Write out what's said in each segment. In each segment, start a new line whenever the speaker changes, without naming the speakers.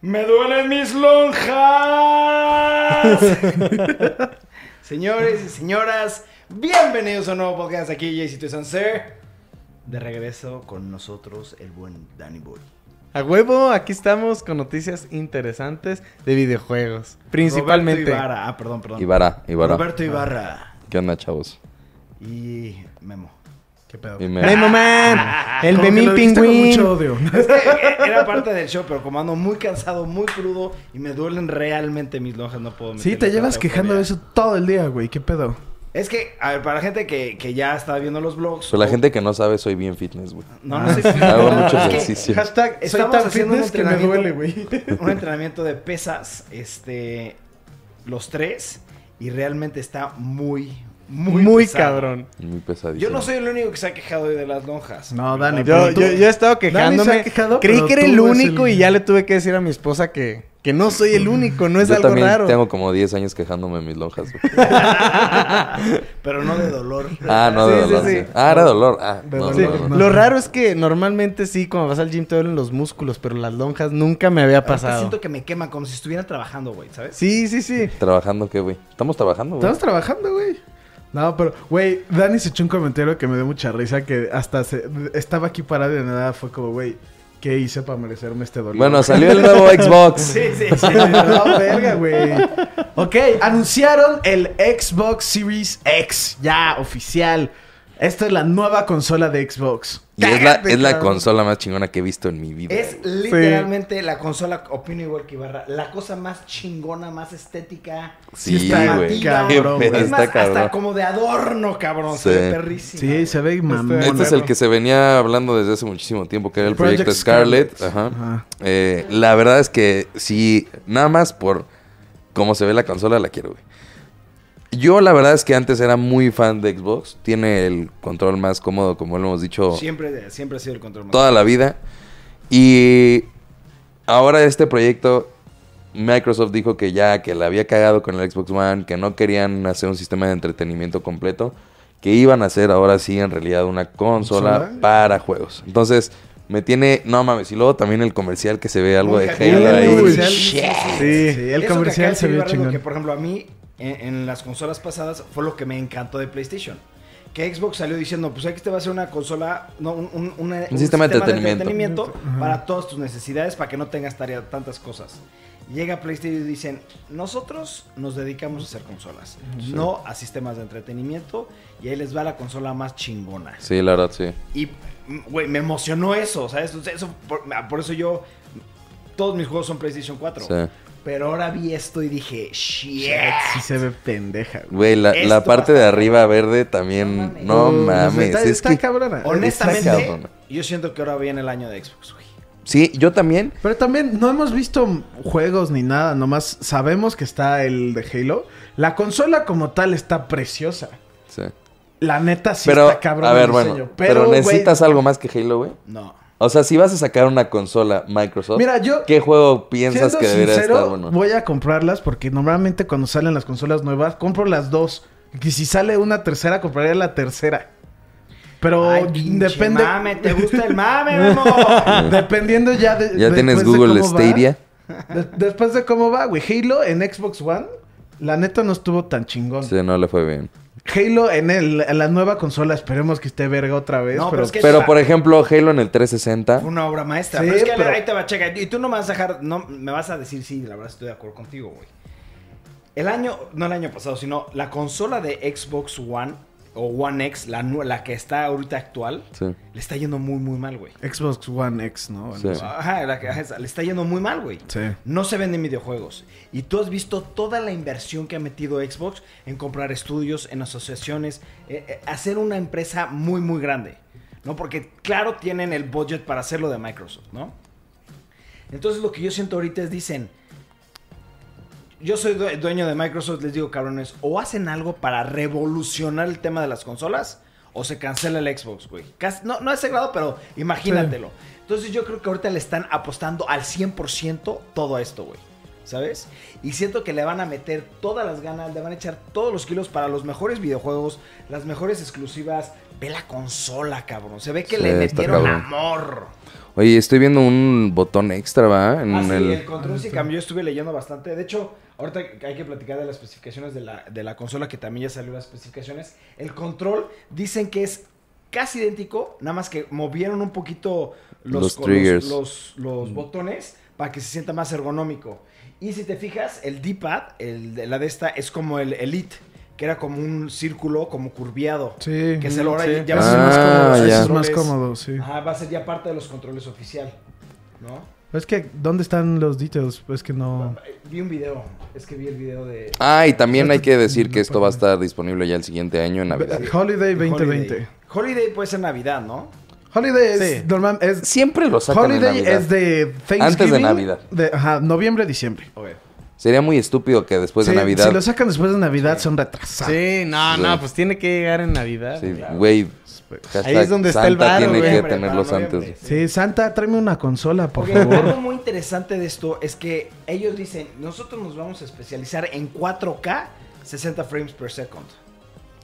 ¡Me duelen mis lonjas! Señores y señoras, bienvenidos a un nuevo podcast aquí, JC to Sanser. De regreso con nosotros, el buen Danny Boy.
A huevo, aquí estamos con noticias interesantes de videojuegos. Principalmente.
Roberto Ibarra. Ah, perdón, perdón.
Ibarra, Ibarra. Ah.
Roberto Ibarra.
¿Qué onda, chavos?
Y Memo. ¿Qué pedo?
Y me-
Memo Man, el
Ah, Como que
Memín
lo dijiste con mucho
Pingüín.
odio.
Es que era parte del show, pero como ando muy cansado, muy crudo y me duelen realmente mis lonjas, no puedo
Sí, te
meterle
llevas
tanta
quejando
euforia.
de eso todo el día, güey. ¿Qué pedo?
Es que, a ver, para la gente que, que ya está viendo los blogs.
Pues la
o-
gente que no sabe, soy bien fitness, güey.
No, no sé.
Ah, Hago mucho
Es que
ejercicio.
Hashtag
Estamos haciendo un entrenamiento-
güey.
Un entrenamiento de pesas, este. Los tres. Y realmente está muy, muy.
Muy,
pesado.
cabrón.
Muy pesadísimo.
Yo no soy el único que se ha quejado de las lonjas.
No, Dani,
Yo,
pero tú-
yo, yo he estado
Dani se ha
quejándome.
quejado,
Creí
pero
que era
tú
el
eres
único
el-
y ya le tuve que decir a mi esposa que, que no soy el único, no es
Yo
algo
también
raro.
tengo como 10 años quejándome de mis lonjas, güey.
Ah, Pero no de dolor.
Ah, no, de
Sí, sí,
dolor.
sí.
sí. Ah, era dolor. Ah,
De
no,
dolor.
Sí,
no, no, no.
Lo raro es que normalmente sí, cuando vas al gym te duelen los músculos, pero las lonjas nunca me había
Ahorita
pasado.
siento que me quema como si estuviera trabajando, güey, ¿sabes?
Sí, sí, sí.
¿Trabajando qué, güey? Estamos trabajando, güey.
Estamos trabajando, güey. No, pero, güey, Dani se echó un comentario que me dio mucha risa, que hasta se- estaba aquí parado y de nada fue como, güey, ¿qué hice para merecerme este dolor?
Bueno, salió el nuevo Xbox.
sí,
Sí, no, verga, güey. Ok, anunciaron el Xbox Series X, ya oficial. Esta es la nueva consola de Xbox.
Y es la,
Cállate,
es la
cabrón.
consola más chingona que he visto en mi vida.
Es
güey.
literalmente la consola, opino igual que Ibarra, la cosa más chingona, más estética.
Sí,
sí está
güey.
cabrón,
Qué
güey.
pedo,
es más,
está
hasta
cabrón.
como de adorno, cabrón. Se
Sí.
ve perrísima,
Sí,
güey.
se ve mamón.
Este-
Este es el que se venía hablando desde hace muchísimo tiempo, que era el
Project
proyecto Scarlet.
Scarlet.
Ajá.
Ajá.
Eh, la verdad es que sí, nada más por cómo se ve la consola, la quiero, güey. Yo la verdad es que antes era muy fan de Xbox. Tiene el control más cómodo, como lo hemos dicho
Siempre, siempre ha sido el control.
toda la vida. Y ahora este proyecto, Microsoft dijo que ya, que la había cagado con el Xbox One, que no querían hacer un sistema de entretenimiento completo, que iban a hacer ahora sí en realidad una consola
¿Consola?
para juegos. Entonces, me tiene, no mames, y luego también el comercial que se ve algo
Muy
de
hackeado.
Halo
Uy,
ahí.
comercial.
Shit.
Sí, sí, el
Eso que
comercial
acabas de
se vio
llevar, lo
chingón.
Que, por ejemplo, a mí, en, en las consolas pasadas, fue lo que me encantó de PlayStation. Que Xbox salió diciendo, pues aquí te va a ser una consola, no, un, un- una- un
sistema de entretenimiento.
Ajá.
para todas tus necesidades, para que no tengas tarea, tantas cosas. Llega PlayStation y dicen, nosotros nos dedicamos a hacer consolas, no a sistemas de entretenimiento, y ahí les va la consola más chingona.
Sí, la verdad, sí.
Y, mm, güey, me emocionó eso, ¿sabes? O sea, Eso, por, ah, por eso yo, todos mis juegos son PlayStation 4.
sí.
Pero ahora vi esto y dije, shit.
Sí se ve pendeja, güey.
Güey, la,
Esto
la
va
parte
a
de
estar-
arriba verde también, no
Uh,
mames.
Está,
es
está
que-
cabrona.
Está
Honestamente,
cabrón.
yo siento que ahora viene el año de Xbox, güey.
sí, yo también.
Pero también no hemos visto juegos ni nada, nomás sabemos que está el de Halo. La consola como tal está preciosa.
Sí.
La neta sí
pero,
está cabrón.
a ver,
el
bueno,
diseño,
pero,
güey,
necesitas algo más que Halo, güey.
No.
O sea, si vas a sacar una consola Microsoft,
Mira, yo-
¿qué juego piensas
siendo
que debería
sincero,
estar bueno?
Voy a comprarlas porque normalmente cuando salen las consolas nuevas, compro las dos. Y si sale una tercera, compraría la tercera. Pero
Ay, pinche
depende.
Mame, te gusta el mame, Memo.
Dependiendo ya de.
¿Ya
después
tienes
de
Google
cómo va.
Stadia?
De- después de cómo va, güey. Halo en Xbox One, la neta no estuvo tan chingón.
Sí, no le fue bien.
Halo en, el- en la nueva consola, esperemos que esté verga otra vez.
No, pero
pero,
es que-
Pero,
tal?
por ejemplo, Halo en el 360.
Fue una obra maestra.
Sí,
pero es que
pero-
ahí te va a checar. Y tú no me vas a dejar, no, me vas a decir sí, la verdad estoy de acuerdo contigo, güey. El año, no el año pasado, sino la consola de Xbox One o One X, la, nue- la que está ahorita actual,
Sí.
le está yendo muy, muy mal, güey.
Xbox One X, ¿no? Bueno,
Sí.
Ajá, la que- ajá, esa, le está yendo muy mal, güey.
Sí.
No se venden videojuegos. Y tú has visto toda la inversión que ha metido Xbox en comprar estudios, en asociaciones, eh, eh, hacer una empresa muy, muy grande. ¿No? Porque, claro, tienen el budget para hacerlo de Microsoft, ¿no? Entonces, lo que yo siento ahorita es, dicen, yo soy due- dueño de Microsoft, les digo, cabrones, o hacen algo para revolucionar el tema de las consolas, o se cancela el Xbox, güey. Casi- No, no a ese grado, pero imagínatelo. Entonces yo creo que ahorita le están apostando al 100% todo a esto, güey. ¿sabes? Y siento que le van a meter todas las ganas, le van a echar todos los kilos para los mejores videojuegos, las mejores exclusivas. Ve la consola, cabrón. Se ve que
Sí,
le
está
metieron
cabrón.
amor.
Oye, estoy viendo un botón extra, ¿va? En
Ah, sí,
el-
el, control sí cambió, estuve leyendo bastante. De hecho, ahorita hay que platicar de las especificaciones de la, de la consola, que también ya salió las especificaciones. El control dicen que es casi idéntico, nada más que movieron un poquito los,
Los
con-
triggers. Mm.
los- los botones para que se sienta más ergonómico. Y si te fijas, el D-pad, el de- la de esta, es como el Elite, que era como un círculo, como curviado.
Sí.
Que se logra
sí.
ya
va a ser más Ah, cómodo,
Eso
ya.
es más
controles.
cómodo, sí.
Ajá, va a ser ya parte de los controles oficial, ¿no?
Es que, ¿dónde están los details? Pues que no.
Eh, Vi un video, es que vi el video de...
Ah, y también hay que decir
No
que esto va a
pasa nada.
estar disponible ya el siguiente año en Navidad.
Holiday
Holiday.
2020.
Holiday puede ser Navidad, ¿no?
Holiday es.
Sí.
normal- es-
Siempre lo sacan en
Holiday
Navidad.
es de Thanksgiving.
Antes de Navidad.
de- ajá, noviembre, diciembre.
Sería muy estúpido que después
Sí,
Pues de Navidad...
Si lo sacan después de Navidad, son retrasados.
Sí, no,
Güey.
no, pues tiene que llegar en Navidad.
Sí,
güey.
güey. hashtag
es donde está
Santa
el varo,
tiene
güey.
que
Noviembre,
tenerlos
para noviembre,
antes.
Sí, Santa, tráeme una consola, por
Ok,
favor.
algo muy interesante de esto es que ellos dicen, nosotros nos vamos a especializar en 4K, 60 frames per second.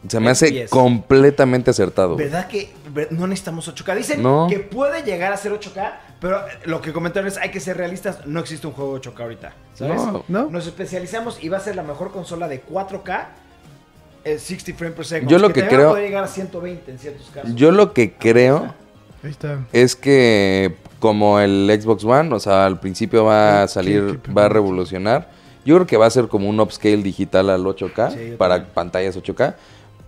Se me hace
Empieza.
completamente acertado. güey.
¿Verdad que ver- no necesitamos 8K? Dicen
Oh. No.
que puede llegar a ser 8K, pero eh, lo que comentaron es, hay que ser realistas, no existe un juego 8K ahorita, ¿sabes?
No.
¿No?
Nos especializamos y va a ser la mejor consola de 4K, eh, 60 frames per second.
Yo lo que
también
creo-
Puede llegar a 120 en ciertos casos.
Yo lo que creo
Ahí está.
es que como el Xbox One, o sea, al principio va a
Sí,
salir,
qué
va a revolucionar. Yo creo que va a ser como un upscale digital al 8K,
Sí, yo
para
también.
pantallas 8K.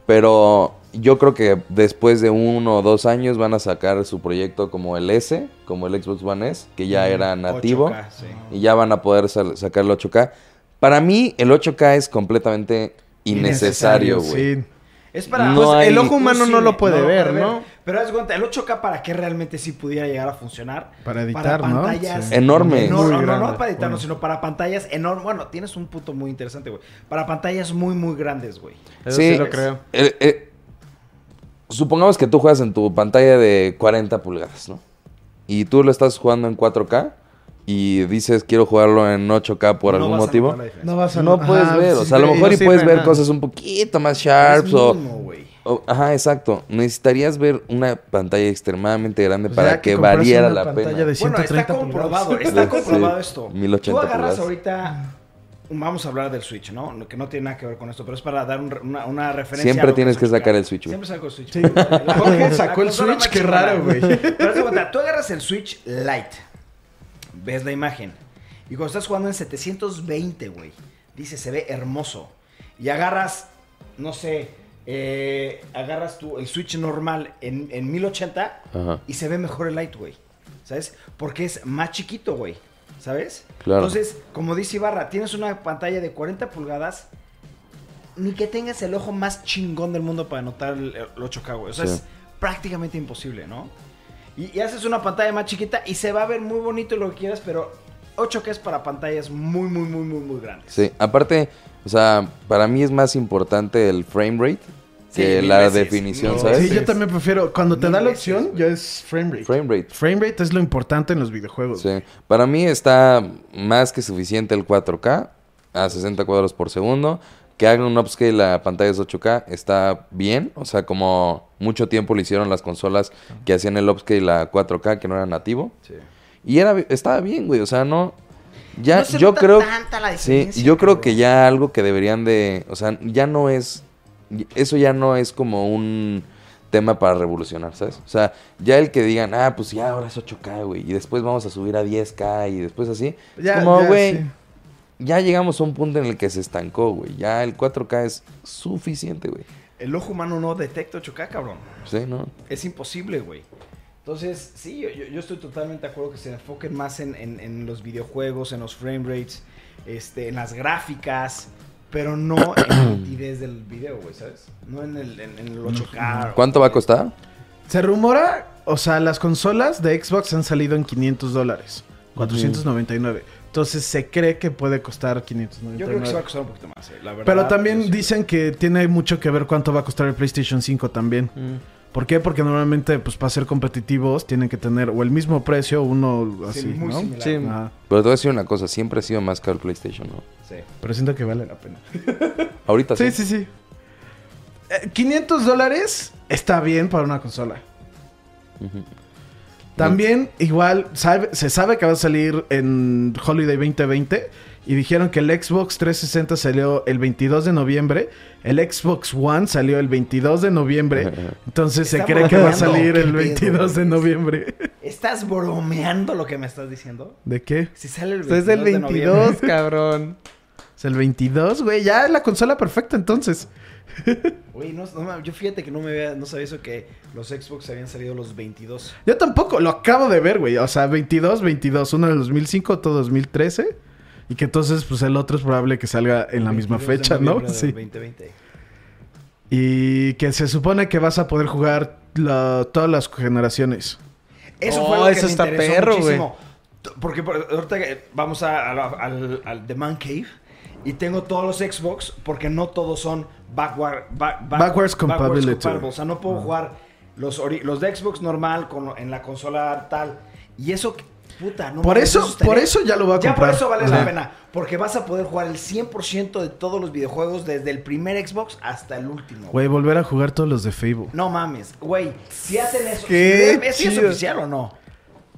Pero yo creo que después de uno o dos años van a sacar su proyecto como el S, como el Xbox One S, que ya
Mm,
Mm,
era nativo.
8K, sí.
y ya van a poder sal- sacar el 8K. Para mí, el 8K es completamente innecesario, güey.
Sí.
Es para
No hay-
pues, el ojo humano
Pues
no lo puede ver, ¿no?
Pero haz de cuenta, el 8K para qué realmente sí pudiera llegar a funcionar.
Para editar, ¿no?
pantallas
Sí.
Enormes.
No,
Muy
no, no, no
grande.
para editar, no,
Bueno.
sino para pantallas enormes. Bueno, tienes un punto muy interesante, güey. Para pantallas muy, muy grandes, güey.
Eso sí, lo creo.
eh, eh, supongamos que tú juegas en tu pantalla de 40 pulgadas, ¿no? Y tú lo estás jugando en 4K y dices quiero jugarlo en 8K por
No
algún
vas a
motivo.
notar la diferencia.
No vas a
No
ajá,
puedes ver, o
sí,
sea, a lo
sí,
mejor
no
y puedes
sirve,
ver
ajá.
cosas un poquito más
Es
sharps o,
mínimo, güey.
o- Ajá, exacto. Necesitarías ver una pantalla extremadamente grande
O sea,
para que,
compras
valiera
una
la
pantalla
pena.
de
Bueno,
130
está comprobado,
pulgadas.
está
Sí,
comprobado esto.
1080
Tú agarras
pulgadas.
ahorita... Vamos a hablar del Switch, ¿no? No- Que no tiene nada que ver con esto, pero es para dar un re- una, una referencia.
Siempre
a lo
tienes que
8K.
sacar el Switch, güey.
Siempre saco el Switch.
Sí.
güey. La-
Jorge
la
sacó el
consola
Switch,
más
qué
chingona,
raro, güey.
Pero haz de cuenta, tú agarras el Switch Lite, ves la imagen, y cuando estás jugando en 720, güey, dice, se ve hermoso. Y agarras, no sé, eh, agarras tú el Switch normal en, en 1080
Ajá.
y se ve mejor el Lite, güey. ¿Sabes? Porque es más chiquito, güey. ¿Sabes?
Claro.
Entonces, como dice Ibarra, tienes una pantalla de 40 pulgadas ni que tengas el ojo más chingón del mundo para notar el, el 8K, güey. O sea,
Sí.
es prácticamente imposible, ¿no? Y, y haces una pantalla más chiquita y se va a ver muy bonito y lo que quieras, pero 8K es para pantallas muy, muy, muy, muy, muy grandes.
Sí, aparte, o sea, para mí es más importante el frame rate
Sí,
que
mil
la
veces,
definición,
mil
¿sabes?
Sí, yo también prefiero. Cuando te
Mil
da la
veces,
opción,
güey.
ya es frame rate.
Frame rate.
Frame rate es lo importante en los videojuegos.
Sí. Para mí está más que suficiente el 4K a 60 cuadros por segundo. Que hagan un upscale a pantallas 8K está bien. O sea, como mucho tiempo le hicieron las consolas que hacían el upscale a 4K, que no era nativo. Y era, estaba bien, güey. O sea, no. Ya,
No se
yo
nota
creo.
tanta la
sí,
diferencia,
yo creo
cabrón.
que ya algo que deberían de. O sea, ya no es. Eso ya no es como un tema para revolucionar, ¿sabes? O sea, ya el que digan, ah, pues ya ahora es 8K, güey. Y después vamos a subir a 10K y después así. Es
Ya,
como,
ya,
güey.
sí.
Ya llegamos a un punto en el que se estancó, güey. Ya el 4K es suficiente, güey.
El ojo humano no detecta 8K, cabrón.
Sí, ¿no?
Es imposible, güey. Entonces, sí, yo, yo- yo estoy totalmente de acuerdo que se enfoquen más en, en- en los videojuegos, en los frame rates, este, en las gráficas, pero no en la nitidez del video, güey, ¿sabes? No en el, en, en el 8K.
¿Cuánto va a costar?
Se rumora, o sea, las consolas de Xbox han salido en 500 dólares. 499. Entonces se cree que puede costar 599.
Yo creo que se va a costar un poquito más, eh, la verdad.
Pero también
yo sí.
dicen que tiene mucho que ver cuánto va a costar el PlayStation 5 también.
Mm.
¿Por qué? Porque normalmente, pues para ser competitivos, tienen que tener o el mismo precio, uno así,
Sí, muy
¿no?
similar.
Sí.
Ah,
Pero te voy a decir una cosa, siempre ha sido más caro el PlayStation, ¿no?
Sí.
pero siento que vale la pena.
Ahorita ¿Ah, sí.
Sí, sí, sí. Eh, 500 dólares está bien para una consola.
Ujú.
También, igual, sabe- se sabe que va a salir en Holiday 2020. Y dijeron que el Xbox 360 salió el 22 de noviembre. El Xbox One salió el 22 de noviembre. Entonces se
Estamos
cree que va a
hablando,
salir
¿qué
el
pedo?
22 de noviembre.
¿Estás bromeando lo que me estás diciendo?
¿De qué?
Si sale el 22
Es el
de noviembre.
22, cabrón.
Es el 22, güey. Ya es la consola perfecta entonces.
Güey, no, no mames, yo fíjate que no me había, no sabía eso que los Xbox habían salido los 22.
Yo tampoco, lo acabo de ver, güey. O sea, 22, 22. Uno del 2005, otro 2013. Y que entonces, pues el otro es probable que salga en la misma
22 de
fecha, ¿no?
noviembre del 2020.
Y que se supone que vas a poder jugar la- todas las generaciones.
Eso
Oh,
fue lo que
eso
me
está
interesó
perro,
muchísimo. T- Porque por- ahorita que vamos a, a la- al, al The Man Cave y tengo todos los Xbox porque no todos son backward, ba- ba-
Backwards Ah. compatibility.
compatible. O sea, no puedo jugar los, ori- los de Xbox normal con, en la consola tal. Y eso, que- puta, no
por
mames,
eso,
estaría-
por eso ya lo va a
Ya
comprar.
por eso vale
Ajá.
la pena, porque vas a poder jugar el 100% de todos los videojuegos desde el primer Xbox hasta el último.
Güey, volver a jugar todos los de Facebook.
No mames, güey, si hacen eso,
Qué
si- si es
chido.
oficial o no.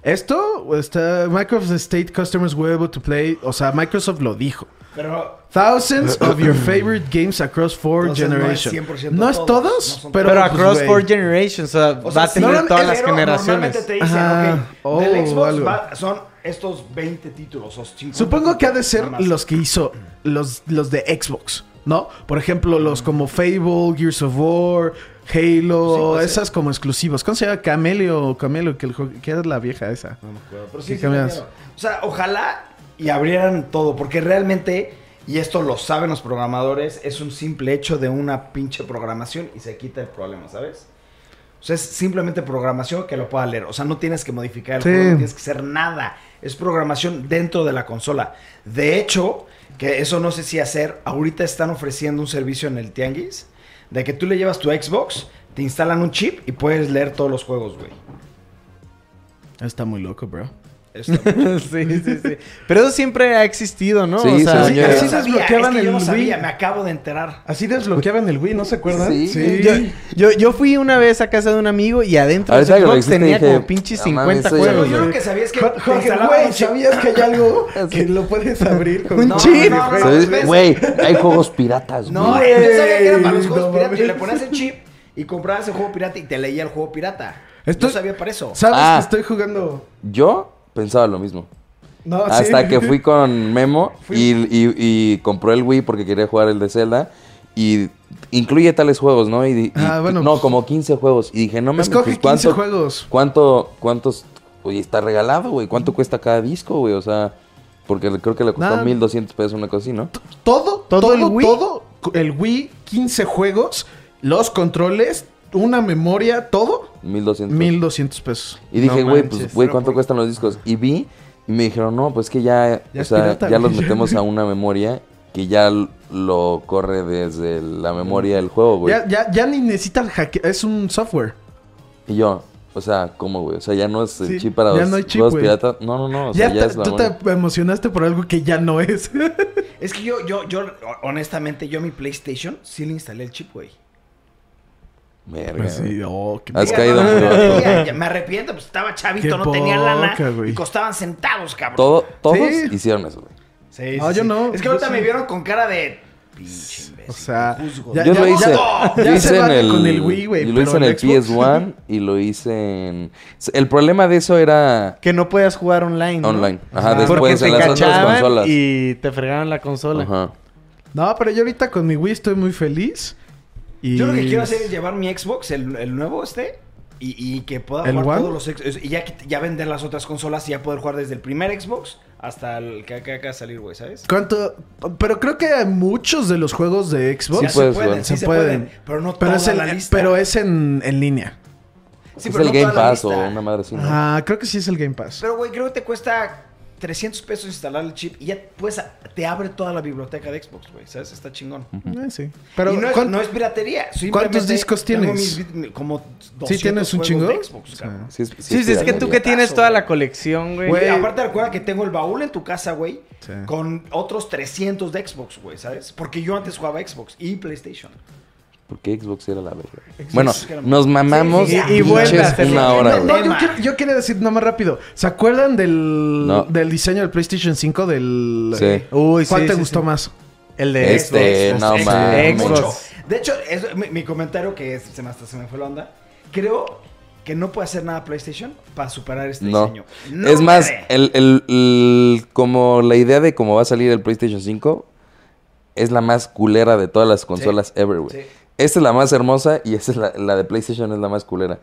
Esto está Microsoft State Customers were able to play. O sea, Microsoft lo dijo.
Pero
Thousands of your favorite games across four
Entonces, no es
generations.
100%
No es todos,
todos, no son
pero,
Pero, across
pues, güey.
four generations, o sea,
O
va
sea,
a tener
normalmente-
todas las
pero
generaciones.
Normalmente te dicen,
Ajá.
ok,
Oh,
del
o
Xbox
algo.
va- son estos 20 títulos. o 50
Supongo que ha de ser
más.
los que hizo los, los de Xbox, ¿no? Por ejemplo, los como Fable, Gears of War,
Sí,
Halo,
puede ser.
esas como exclusivos. ¿Cómo se llama? Camelio, Camelio, que, el juego- que era la vieja esa.
No me acuerdo, pero sí,
¿Qué
sí me
cambias?
acuerdo. O sea, ojalá y abrieran todo, porque realmente, y esto lo saben los programadores, es un simple hecho de una pinche programación y se quita el problema, ¿sabes? O sea, es simplemente programación que lo pueda leer. O sea, no tienes que modificar el
Sí.
juego, no tienes que hacer nada. Es programación dentro de la consola. De hecho, que eso no sé si hacer, ahorita están ofreciendo un servicio en el Tianguis de que tú le llevas tu Xbox, te instalan un chip y puedes leer todos los juegos, güey.
Está muy loco, bro.
Está
sí, sí, sí. Pero eso siempre ha existido, ¿no?
Sí,
o sea,
según yo.
Así
Sí,
desbloqueaban el no
Wii.
sabía, me acabo de enterar.
Así desbloqueaban el Wii, ¿no se acuerdan?
Sí.
yo, yo, yo fui una vez a casa de un amigo y adentro de
Ahorita
su
que lo
Xbox
dijiste,
tenía
dije,
como pinches
"Ah, mames,
50
eso ya
juegos.
lo
Yo
güey.
lo que sabía es que
Jo-
te
Jorge,
instalaban
güey,
un chip.
¿sabías que hay algo que lo puedes abrir con
Un
No,
chip.
no, no,
no,
¿Sabes?
ves.
Güey, hay juegos piratas,
No, eh.
güey.
yo sabía que era para los juegos
No
pirata y le
mames.
ponías el chip y comprabas el juego pirata y te leía el juego pirata.
Esto-
Yo sabía para eso.
¿Sabes
Ah.
que estoy jugando?
Yo pensaba lo mismo.
No, sí.
Hasta que fui con Memo y, y- y compró el Wii porque quería jugar el de Zelda. Y incluye tales juegos, ¿no? Y, y-
Ah, bueno,
no,
pues.
como 15 juegos. Y dije, no me
Escoge 15 juegos. Mm.
¿Cuánto, cuántos? Oye, está regalado, güey. ¿Cuánto cuesta cada disco, güey? O sea, porque le- creo que le costó
Nada.
1200 pesos una cosa así, ¿no?
Todo,
¿Todo
todo, todo,
el Wii?
el Wii, 15 juegos, los controles, una memoria, todo,
1200.
1200 pesos.
Y dije,
No
güey,
manches.
pues, güey,
Pero
¿cuánto
por-
cuestan los discos? Y vi, y me dijeron, no, pues que ya,
Ya
o
es
sea,
pirata,
ya los
güey.
metemos a una memoria que ya l- lo corre desde la memoria del juego, güey.
Mm. Ya, ya, ya ni necesitan hackear, es un software.
Y yo, o sea, ¿cómo, güey? O sea, ya no es el
Sí,
chip para
ya
los
no hay chip,
juegos
güey.
piratas. No, no, no, o
ya
sea, ya
te-
es la
tú
memoria.
te emocionaste por algo que ya no es.
Es que yo, yo, yo, honestamente, yo mi PlayStation sí le instalé el chip, güey.
Verga,
Pues
güey.
sí, oh, qué
Has
Diga,
caído
no,
muy
no,
bajo.
ya- ya Me arrepiento, pues estaba chavito,
Qué
no tenía lana
poca, güey.
y costaban centavos, cabrón.
Todo, todos
Sí.
hicieron eso, güey.
Sí,
No, Ah, yo no.
Es que ahorita
Yo sí.
me vieron con cara de pinche imbécil.
O sea,
te juzgo.
ya-
Yo lo hice,
¡Oh!
yo
Ya se
hice en
vale
el,
con el Wii, güey,
y lo
pero
hice en
el
el
Xbox.
PS1 y lo hice en... El problema de eso era
Que no podías jugar online. ¿no?
online. Ajá,
Ajá.
después
Porque
en
te
las otras
cachaban
consolas.
y te fregaron la consola.
Ajá.
No, pero yo ahorita con mi Wii estoy muy feliz. Y...
Yo lo que quiero hacer es llevar mi Xbox, el, el nuevo este, y, y que pueda
¿El
jugar
One?
todos los Xbox. Y ya, quit- ya vender las otras consolas y ya poder jugar desde el primer Xbox hasta el que acaba de salir, güey, ¿sabes?
¿Cuánto? Pero creo que muchos de los juegos de
Ya
Xbox
Sí, pues. puedes jugar.
pueden, sí se pueden, pero no
pero
toda
es, en,
la lista.
pero es en, en línea.
Sí,
es
pero no
el Game
toda la
Pass o
lista.
una madre así. ¿no?
Ah, creo que sí es el Game Pass.
Pero, güey, creo que te cuesta 300 pesos instalar el chip y ya pues te abre toda la biblioteca de Xbox, güey, ¿sabes? Está chingón.
Eh, sí.
Pero
Pero
no, es,
¿cuán-
no es piratería.
¿Cuántos discos
tengo
tienes?
mis vi- como 200
tienes un
juegos de
chingo?
Xbox,
Sí.
cabrón.
Sí, sí,
Sí, sí, es que tú que
piratería.
tienes toda la colección, güey.
Güey,
Güey.
aparte recuerda que tengo el baúl en tu casa, güey,
Sí.
con otros 300 de Xbox, güey, ¿sabes? Porque yo antes jugaba Xbox y PlayStation.
Porque Xbox era la verga. Bueno,
era-
nos mamamos
Sí, sí, sí. Y- y
pinches
vuelve a hacer-
una hora,
No,
güey.
No, yo,
Tema.
quiero- yo quería decir nada más rápido. ¿Se acuerdan del,
No.
del diseño del PlayStation 5? Del, eh,
Sí.
Uy, sí,
¿Cuál te
sí,
gustó
sí.
más?
El de
Este,
Xbox.
no
Xbox.
mames.
Xbox.
De hecho, es mi, mi comentario que es- se, me, hasta se me fue la onda. Creo que no puede hacer nada PlayStation para superar este
No.
diseño.
es más,
puede.
el, el- el- como la idea de cómo va a salir el PlayStation 5 es la más culera de todas las consolas ever, güey.
Sí.
Esta es la más hermosa y esta es la, la de PlayStation es la más culera.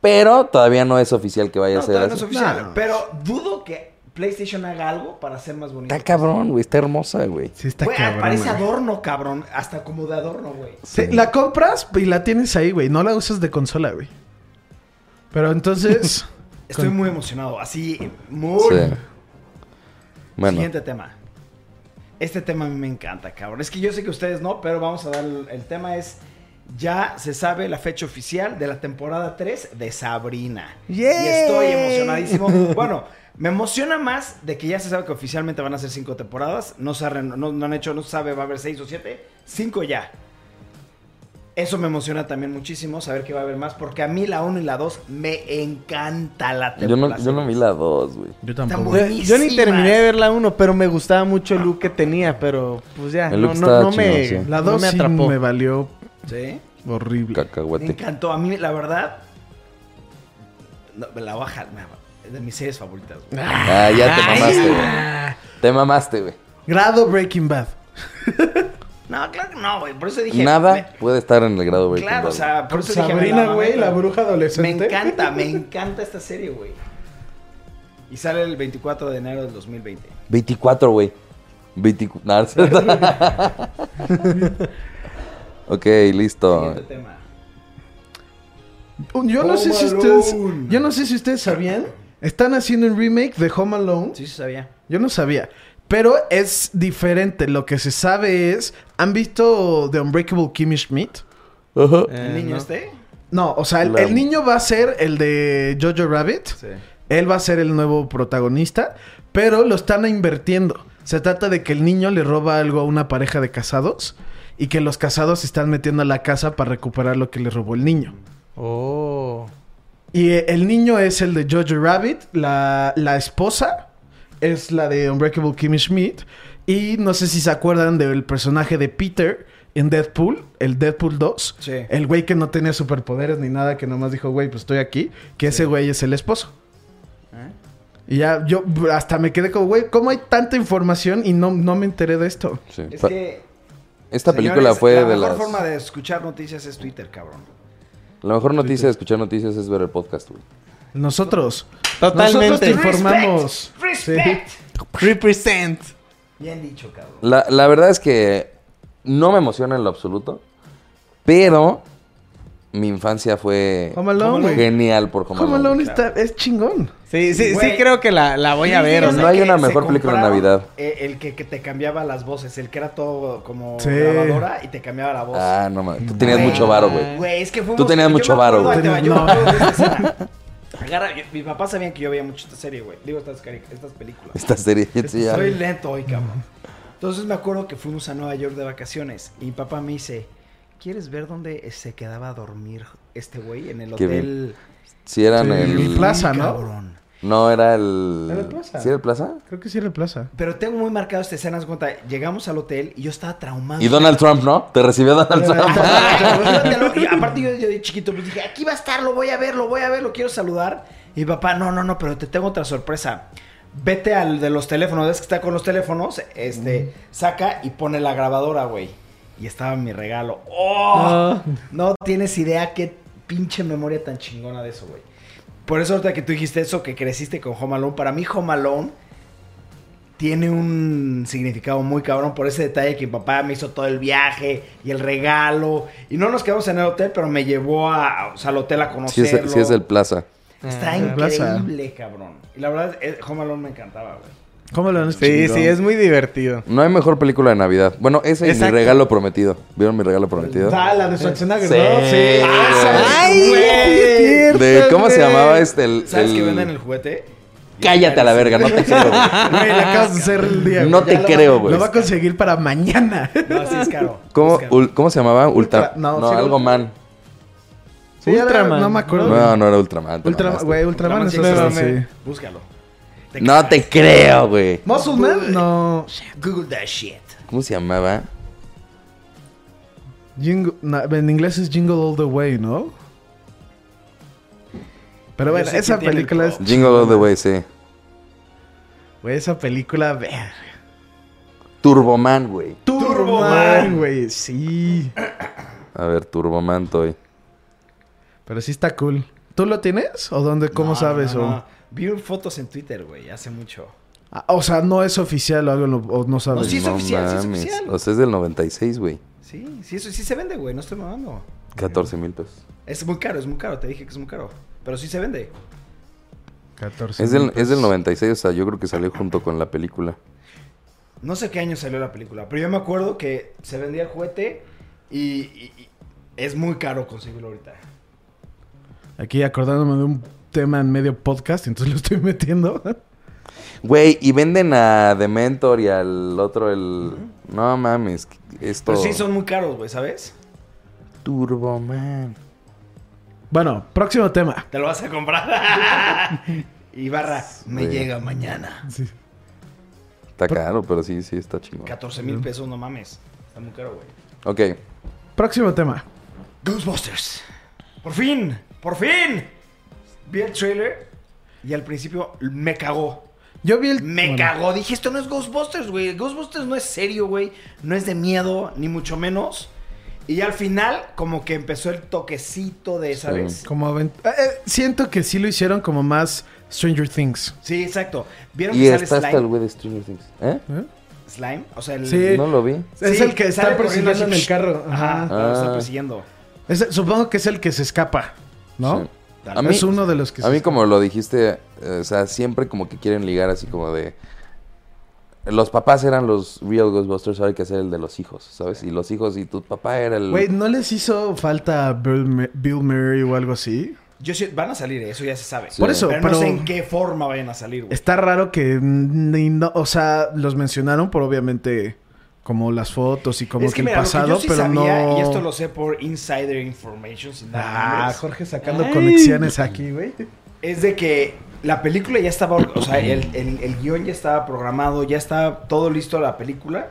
Pero todavía no es oficial que vaya
No,
a ser
todavía no
así.
es oficial,
No, no.
pero dudo que PlayStation haga algo para ser más bonito.
Está cabrón, güey. Está hermosa, güey.
Sí, está
Güey, parece
güey.
adorno, cabrón. Hasta como de adorno, güey.
Sí, La compras y la tienes ahí, güey. No la usas de consola, güey. Pero entonces...
Estoy
Con-
muy emocionado. Así, muy.
Sí. Bueno,
Siguiente tema. Este tema a mí me encanta, cabrón. Es que yo sé que ustedes no, pero vamos a dar el, el tema es ya se sabe la fecha oficial de la temporada 3 de Sabrina. Y estoy emocionadísimo. Bueno, me emociona más de que ya se sabe que oficialmente van a ser cinco temporadas. No, se ha reno- no, no han hecho, no se sabe, va a haber seis o siete. Cinco ya. Eso me emociona también muchísimo, saber que va a haber más, porque a mí la 1 y la 2 me encanta la
yo no,
temporada.
yo no vi la 2, güey.
Yo
tampoco.
Yo- Yo ni
Buenísimas.
terminé de ver la 1, pero me gustaba mucho el look que tenía, pero pues ya,
El
no,
look
no,
estaba
no me,
chingón, sí.
La
no
2
me
sí
atrapó.
me valió
¿Sí?
horrible.
Me
Cacahuate.
encantó. A mí, la verdad, no, me la baja. me- es de mis series favoritas. güey.
Ah, ya te
Ay.
mamaste, güey. Te mamaste, güey.
Grado Breaking Bad.
No, claro que no, güey. Por eso dije.
Nada
me-
puede estar en el grado Breaking
claro, o
Bad,
sea, por eso dije. me
Sabrina,
mamé,
güey, la
güey.
bruja
Me
adolescente.
encanta, me encanta esta serie, güey. Y sale el 24 de enero del 2020.
24, güey. 24. Nah, no es cierto. ok, listo.
Siguiente tema.
Oh, Yo no, sé si
Home
ustedes,
Alone.
yo no sé si ustedes sabían. Están haciendo un remake de Home Alone.
Sí, sí sabía.
Yo no sabía. Pero es diferente. Lo que se sabe es... ¿Han visto The Unbreakable Kimmy Schmidt?
Ajá.
Eh,
¿El niño
no.
este?
No, o sea, el,
La-
el niño va a ser el de Jojo Rabbit. Él va a ser el nuevo protagonista. Pero lo están invirtiendo. Se trata de que el niño le roba algo a una pareja de casados. Y que los casados se están metiendo a la casa para recuperar lo que le robó el niño.
Oh.
Y eh, el niño es el de Jojo Rabbit, la, la esposa es la de Unbreakable Kimmy Schmidt. Y no sé si se acuerdan del personaje de Peter en Deadpool, el Deadpool 2.
Sí.
Eh,
El güey que no tenía superpoderes ni nada, que nomás dijo, güey, pues estoy aquí. Que ese güey es el esposo.
¿Eh?
Y ya yo hasta me quedé como, güey, ¿cómo hay tanta información y no, no me enteré de esto?
Sí.
Es
Pa-
que.
Esta película
señores,
fue
la
de
mejor
las.
forma de escuchar noticias es Twitter, cabrón.
La mejor noticia de escuchar noticias es ver el podcast, güey.
Nosotros. Nosotros te
Totalmente.
informamos.
Respect.
Sí.
Represent.
Bien dicho, cabrón.
La, la verdad es que no me emociona en lo absoluto, pero mi infancia fue
Home Alone, güey.
genial por Home
Home
Alone.
Alone está, es chingón.
Sí, sí,
Güey.
sí creo que la, la voy a ver.
Sí,
o
o
sea,
sea
No hay
que
una
se
mejor película de
compraron,
Navidad.
eh, El, que, que te cambiaba las voces, el que era todo como
Sí.
grabadora y te cambiaba la voz.
Ah, no mames. Tú tenías
Güey,
mucho varo, güey.
Güey, es que fuimos-
Tú tenías
yo
mucho
me acuerdo,
varo,
ahí te va,
güey.
yo me
No.
acuerdo de esa escena. Agarra, yo- mis papás sabían que yo veía mucho esta serie, güey. Digo, estas, cari- estas películas. Este,
Esta serie. sí, ya.
Soy lento hoy, cabrón. Entonces me acuerdo que fuimos a Nueva York de vacaciones y mi papá me dice, ¿quieres ver dónde se quedaba a dormir este güey en el
Qué bien.
hotel?
Sí, eran
Sí,
el.
el Plaza, ¿no?
Cabrón.
No, era el.
¿Era el Plaza?
¿Sí era el plaza?
Creo que sí era el plaza.
Pero tengo muy marcado esta escena, haz cuenta, llegamos al hotel y yo estaba traumado.
Y Donald Trump, ¿no? Te recibió Donald Trump.
Llévatelo. Y aparte yo, yo de chiquito pues dije, aquí va a estar, lo voy a ver, lo voy a ver, lo quiero saludar. Y mi papá, no, no, no, pero te tengo otra sorpresa. Vete al de los teléfonos, es que está con los teléfonos, este, saca y pone la grabadora, güey. Y estaba mi regalo. ¡Oh! No tienes idea qué pinche memoria tan chingona de eso, güey. Por eso ahorita que tú dijiste eso, que creciste con Home Alone, para mí Home Alone tiene un significado muy cabrón por ese detalle que mi papá me hizo todo el viaje y el regalo. Y no nos quedamos en el hotel, pero me llevó a, o sea, al hotel a
Sí,
conocerlo.
es, sí es el plaza.
Está
Ah,
increíble, cabrón. Y la verdad, eh, Home Alone me encantaba, güey.
¿Cómo lo han
Sí, sí, es muy divertido.
No hay mejor película de Navidad. Bueno, ese y mi
Exacto.
regalo prometido. ¿Vieron mi regalo prometido?
Ah, la de Schwarzenegger,
Sí.
¿no? Sí.
¡Ay, güey!
De, ¿Cómo se llamaba este? El,
¿Sabes
el-
que venden el juguete?
Cállate a la verga, no te creo. güey.
Güey, le acabas de hacer el día.
No
güey.
te
Ya lo va-
creo, güey.
Lo va a conseguir para mañana.
No, sí es caro.
¿Cómo,
Es caro.
ul- ¿Cómo se llamaba? Ultra...
Ultra-
No,
no, sí,
algo
Ultra-
man.
Sí, era-
Ultraman.
No me acuerdo.
No, no era Ultraman. te
Ultraman,
mamaste.
güey, Ultraman
Ultraman
es
sí
otro,
existe.
sí.
Búscalo.
No te creo, güey.
Muscle Man, Pues, no.
Google that shit.
¿Cómo se llamaba?
Jingle- na- en inglés es Jingle All the Way, ¿no? Pero
Yo
bueno,
sé
esa
que tiene el
película es.
pro.
Jingle All the Way, sí.
Güey, esa película, ver.
Turboman, güey.
Turboman, güey, sí.
A ver, Turboman Toy.
Pero sí está cool. ¿Tú lo tienes? ¿O dónde? ¿Cómo
No,
sabes?
no,
o...
no. Vi fotos en Twitter, güey, hace mucho.
Ah, o sea, no es oficial o algo, no- o no sabes.
No, Pues sí es oficial, sí es
mames.
oficial.
O sea, es del 96, güey.
Sí, sí, eso sí se vende, güey, no estoy mamando.
14 mil pesos.
Es muy caro, es muy caro, te dije que es muy caro. Pero sí se vende.
14
Es del,
minutos.
es del 96, o sea, yo creo que salió junto con la película.
No sé qué año salió la película, pero yo me acuerdo que se vendía el juguete y, y- y es muy caro conseguirlo ahorita.
Aquí acordándome de un tema en medio podcast, entonces lo estoy metiendo.
Güey, y venden a The Mentor y al otro, el... No mames, esto...
Pero sí son muy caros, güey, ¿sabes?
Turboman.
Bueno, próximo tema.
Te lo vas a comprar. y barra, me
Güey.
llega mañana.
Está caro, pero sí, sí, está chingón.
14 mil pesos, no mames. Está muy caro, güey.
Ok.
Próximo tema.
Ghostbusters. Por fin, por fin. Vi el trailer y al principio me cagó.
Yo vi el.
Me
bueno,
cagó. Dije, esto no es Ghostbusters, güey. Ghostbusters no es serio, güey. No es de miedo, ni mucho menos. Y al final, como que empezó el toquecito de, ¿sabes?
Como avent- eh, eh, siento que sí lo hicieron como más Stranger Things.
Sí, exacto. ¿Vieron
Y
que sale
está hasta el
Slime?
güey de Stranger Things. ¿Eh?
¿eh?
Slime, o sea, el...
Sí.
No lo vi.
Es
Sí,
el que está
sale
persiguiendo en
corriendo
el
así.
carro. Ajá.
Ajá, lo
Ah.
está persiguiendo.
Es el- supongo que es el que se escapa, ¿no?
Sí. A mí-
es uno de los que
A
se
mí como lo dijiste, eh, o sea, siempre como que quieren ligar así como de... Los papás eran los real Ghostbusters, ahora hay que hacer el de los hijos, ¿sabes? Y los hijos y tu papá era el...
Güey, ¿no les hizo falta Bill, Ma- Bill Murray o algo así?
Yo sí- van a salir, eso ya se sabe.
Sí. Por
eso,
pero,
pero-
no sé en qué forma vayan a salir, güey.
Está raro que ni no- o sea, los mencionaron por obviamente como las fotos y como
es
que,
que,
el
mira,
pasado,
lo que yo sí
pero
sabía,
no.
y esto lo sé por insider information, sin dar
Ah,
nombres,
Jorge sacando
Ay.
conexiones aquí, güey.
es de que la película ya estaba, o sea, el, el, el guión ya estaba programado, ya estaba todo listo la película.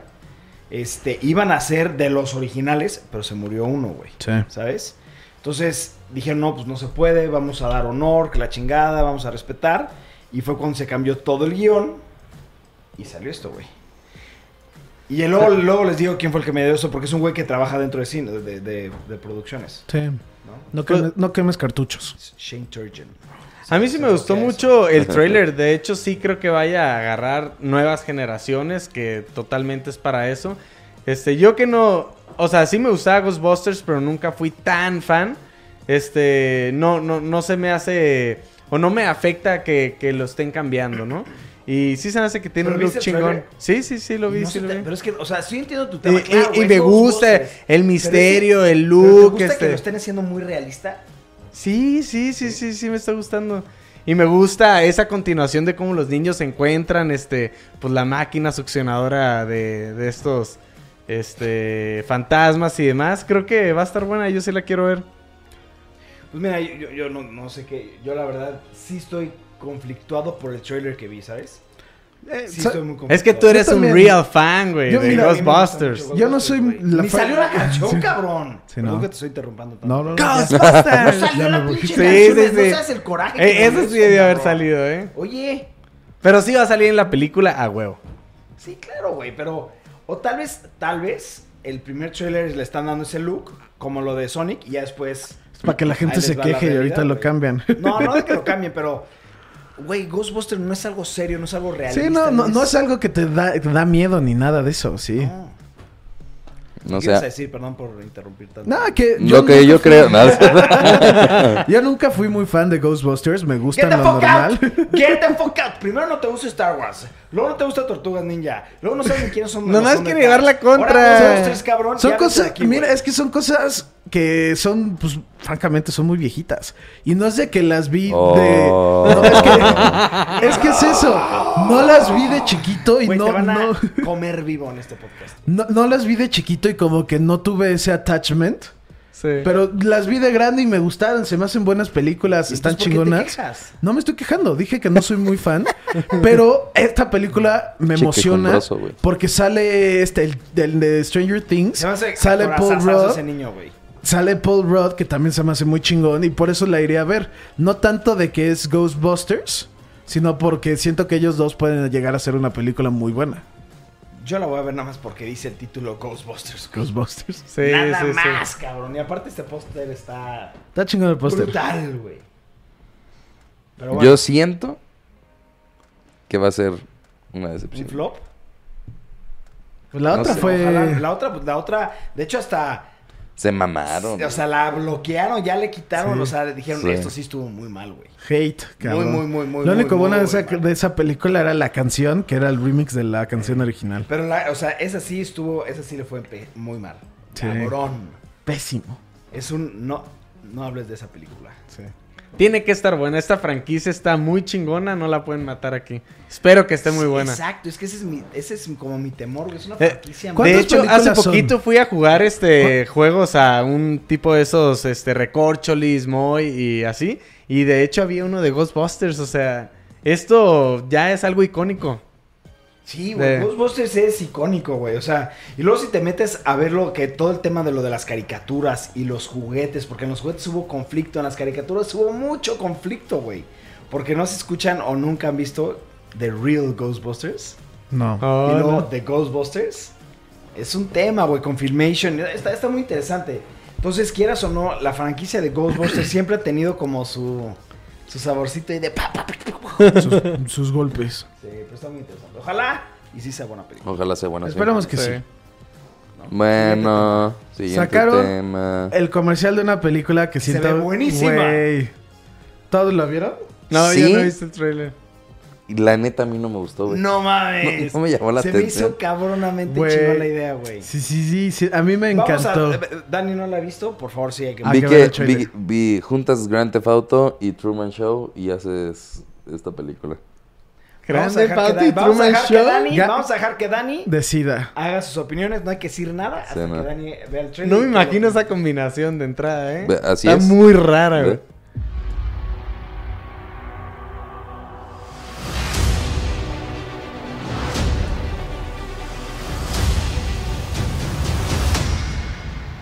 Este, iban a ser de los originales, pero se murió uno, güey.
Sí.
¿Sabes? Entonces dijeron, no, pues no se puede, vamos a dar honor, que la chingada, vamos a respetar. Y fue cuando se cambió todo el guión y salió esto, güey. Y el- luego, luego les digo quién fue el que me dio eso, porque es un güey que trabaja dentro de cine, de, de- de producciones,
Sí.
¿no?
No quemes, no quemes cartuchos.
Shane Turgeon.
A mí sí me gustó mucho el trailer. De hecho, sí creo que vaya a agarrar nuevas generaciones, que totalmente es para eso. Este, yo que no. O sea, sí me gustaba Ghostbusters, pero nunca fui tan fan. Este, no, no, no se me hace. O no me afecta que, que lo estén cambiando, ¿no? Y sí se me hace que tiene
¿Pero
un look
viste el
chingón.
trailer?
Sí, sí, sí, lo vi,
No
sí
sé
lo
te-
vi.
Pero es que, o sea, sí entiendo tu
Y,
tema.
y-
claro,
y
güey,
me
son
gusta
voces.
el
Pero es que-
misterio,
pero
el
¿te
look.
gusta
este.
que lo estén haciendo muy realista?
Sí, sí, sí, sí, sí, me está gustando. Y me gusta esa continuación de cómo los niños encuentran, este, pues la máquina succionadora de, de estos, este, fantasmas y demás. Creo que va a estar buena, yo sí la quiero ver.
Pues mira, yo, yo- yo no, no sé qué. Yo la verdad sí estoy conflictuado por el trailer que vi, ¿sabes?
Eh,
Sí
sa-
estoy muy conflictuado.
Es que tú eres un
también.
real fan, güey,
Yo,
de
mira, a mí me
gusta
Ghostbusters.
mucho
Yo no soy
Ghostbusters, güey.
la
Ni
fan-
salió la canción,
Sí.
cabrón.
Sí,
Perdón
no.
que te estoy interrumpiendo tanto.
No, no, no.
No
¡Ghostbusters!
salió
Ya
la
me voy.
pinche
Sí,
canción.
sí, sí.
No sabes el coraje. que
Eh,
me
eso
hizo,
sí debió haber
cabrón.
salido, ¿eh?
Oye,
Pero sí va a salir en la película a huevo.
sí, claro, güey, pero... O tal vez, tal vez, el primer trailer le están dando ese look, como lo de Sonic, y ya después...
Es para que la gente
Ahí
se
les va la
queje y ahorita
realidad,
lo
güey.
cambian.
No, no de que lo cambien, pero... Güey, Ghostbusters no es algo serio, no es algo realista.
Sí, no, no, no es algo que te da, te da miedo ni nada de eso, sí.
No.
No
¿Qué ibas a
sé.
decir? Perdón por interrumpir tanto.
Nada, que
Lo que
nunca
yo
fui-
creo. nada.
Yo nunca fui muy fan de Ghostbusters, me
Get
gustan
the
lo
fuck
normal.
out. Get the fuck out. Primero no te gusta Star Wars. Luego no te gusta Tortugas Ninja. Luego no sabes ni quiénes son.
No, no,
los
es
son
que
de
llevar
Thanos.
la contra.
Ahora, pues, somos tres, cabrón,
Son
ya vete de
cosas,
aquí,
mira,
güey.
es que son cosas que son, pues, francamente, son muy viejitas. Y no es de que las vi
Oh.
de. No, es que, es que es eso. No las vi de chiquito y
Güey,
no,
te van
no,
a comer vivo en este podcast.
no- no las vi de chiquito y como que no tuve ese attachment.
Sí.
Pero las vi de grande y me gustaron, se me hacen buenas películas, están
Entonces, ¿por qué te
chingonas.
quejas?
No me estoy quejando, dije que no soy muy fan, pero esta película me
Che,
emociona
quejumbroso, güey.
porque sale este el, del de Stranger Things,
Se me hace
sale Paul
actorazazazo
Rudd,
ese niño, güey.
sale Paul Rudd que también se me hace muy chingón y por eso la iré a ver, no tanto de que es Ghostbusters, sino porque siento que ellos dos pueden llegar a ser una película muy buena.
Yo la voy a ver nada más porque dice el título Ghostbusters. güey.
Ghostbusters.
Sí,
nada
sí, sí.
más, cabrón. Y aparte este póster está
Está chingón el póster.
brutal, güey. Pero bueno,
Yo siento que va a ser una
¿un
decepción.
flop?
La
No
otra
sé.
fue
Ojalá, la otra, pues, la otra, de hecho hasta,
Se mamaron.
o sea, la bloquearon, ya le quitaron,
Sí.
o sea, le dijeron,
Sí.
esto sí estuvo muy mal, güey.
Hate, cabrón.
muy, muy, muy,
Lo único
muy,
bueno de,
muy
esa,
mal.
de esa película era la canción, que era el remix de la canción original.
Pero la, o sea, esa sí estuvo, esa sí le fue pe- muy mal.
Sí.
Cabrón.
Pésimo.
Es un, no, no hables de esa película.
Sí.
Tiene que estar buena. Esta franquicia está muy chingona. No la pueden matar aquí. Espero que esté muy
Sí,
buena.
Exacto, es que ese es, mi, ese es como mi temor, güey. Es una
Eh,
franquicia muy-
¿cuántas
de hecho,
películas
hace
son?
poquito fui a jugar este juegos a un tipo de esos este recorcholis, moy y así, y de hecho había uno de Ghostbusters, o sea, esto ya es algo icónico.
Sí, güey.
de-
Ghostbusters es icónico, güey. O sea, y luego si te metes a ver lo que todo el tema de lo de las caricaturas y los juguetes, porque en los juguetes hubo conflicto, en las caricaturas hubo mucho conflicto, güey. Porque no se escuchan o nunca han visto The Real Ghostbusters
No.
Oh,
y luego
no.
The Ghostbusters. Es un tema, güey, Confirmation. Está, está muy interesante. Entonces, quieras o no, la franquicia de Ghostbusters siempre ha tenido como su, su saborcito ahí de pa, pa, pa, pa, pa.
Sus, sus golpes.
Sí, pero está muy interesante. Ojalá y sí sea buena película.
Ojalá sea
eh,
buena. sí.
Esperemos que sí.
Bueno, siguiente
Sacaron
tema.
El comercial de una película que
Se
siento...
ve buenísima.
Güey. ¿Todos lo vieron?
No,
¿Sí?
yo no he visto el trailer.
Y La neta a mí no me gustó, güey.
No
No,
mames.
no me llamó la
Se me
atención.
hizo cabronamente
Güey.
chingón la idea, güey.
Sí, sí, sí, sí. A mí me encantó.
Vamos a, eh, Dani no la ha visto, por favor, sí hay que
Ah,
vi
que
que,
ver el
vi,
trailer.
vi- juntas Grand Theft Auto y Truman Show y haces esta película.
Vamos a
Grande
dejar que
Pauta
Dani-
y
vamos a
Truman
dejar que
Show.
Dani-
Ya-
Vamos a dejar que Dani
Decida.
haga sus opiniones, no hay que decir nada hasta
Sí, no.
que Dani vea el trailer.
No me
y que
imagino
lo-
esa combinación de entrada, ¿eh?
Ve, así
Está
es.
muy rara,
Ve.
güey.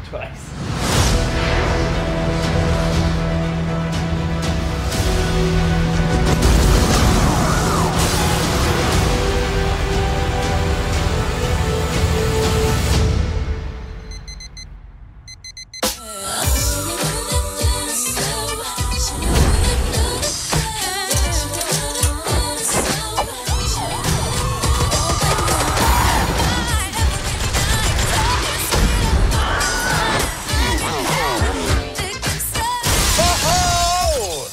Twice.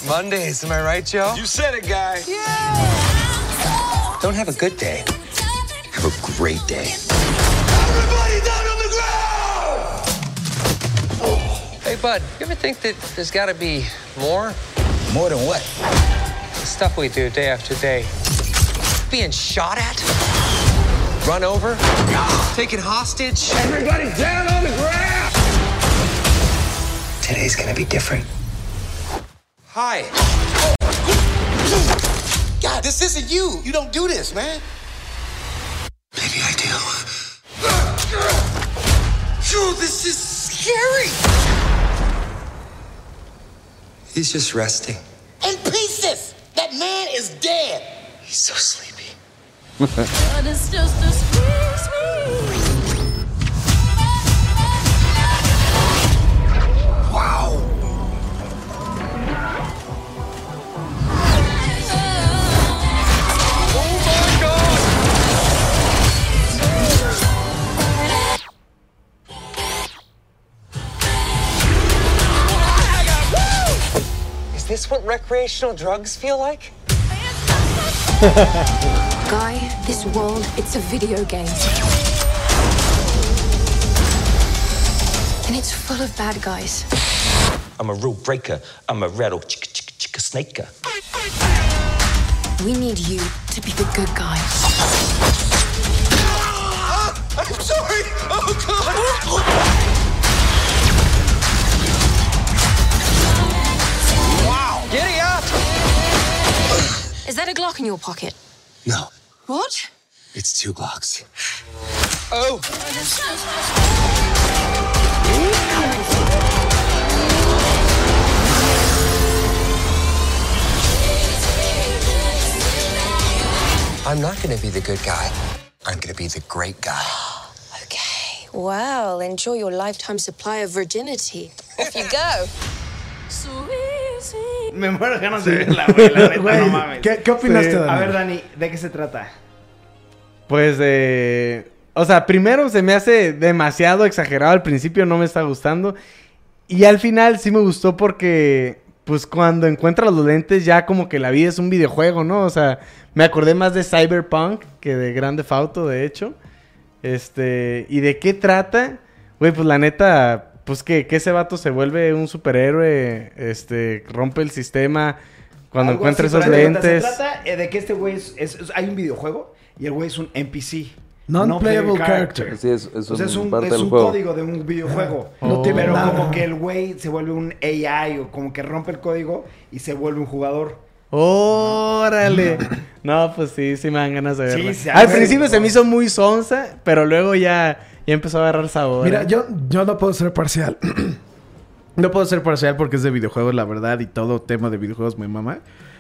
Mondays, am I right, Joe?
You said it, guy.
Don't have a good day. Have a great day.
Everybody down on the ground!
Hey, bud, you ever think that there's got to be more?
More than what?
Stuff we do day after day. Being shot at? Run over? Taken hostage?
Everybody down on the ground!
Today's gonna be different. Hi.
God, this isn't you. You don't do this, man.
Maybe I do.
Yo, this is scary.
He's just resting.
In pieces. That man is dead.
He's so sleepy.
But it's just a squeeze, squeeze.
this what recreational drugs feel like?
Guy, this world, it's a video game. And it's full of bad guys.
I'm a rule breaker. I'm a rattle chicka chicka chicka snaker.
We need you to be the good guy.
Ah, I'm sorry. Oh God.
Giddy up!
Is that a Glock in your pocket?
No,
What?
it's two blocks.
Oh,
I'm not gonna be the good guy. I'm gonna be the great guy.
Okay. Well, enjoy your lifetime supply of virginity. Off you go.
Sweet, sweet.
Me muero ganas de verla, güey. La neta,
Güey,
no mames.
¿qué, ¿Qué opinaste,
A
Daniel?
ver, Dani, ¿de qué se trata?
Pues de... O sea, primero se me hace demasiado exagerado. Al principio no me está gustando. Y al final sí me gustó porque... Pues cuando encuentras los lentes ya como que la vida es un videojuego, ¿no? O sea, me acordé más de Cyberpunk que de Grande Fauto, de hecho. Este... ¿Y de qué trata? Güey, pues la neta... Pues que, que ese vato se vuelve un superhéroe. Este... Rompe el sistema. Cuando
Algo
encuentra
así,
esos
pero haz de cuenta,
lentes...
Se trata eh, de que este güey es, es- es- Hay un videojuego y el güey es un NPC.
Non-playable
Non-playable
character.
Sí, es, es
O sea, es
un
un,
parte
es
del
un
juego.
código de un videojuego. Oh.
No tiene
pero
nada.
como que el güey se vuelve un AI o como que rompe el código y se vuelve un jugador.
¡Órale! No, pues sí, sí me dan ganas de
Sí,
verla.
sí, a
Al
ver.
principio se me hizo muy sonsa, pero luego ya, ya empezó a agarrar sabor.
Mira,
¿eh?
yo, yo no puedo ser parcial. no puedo ser parcial porque es de videojuegos, la verdad, y todo tema de videojuegos me mamá.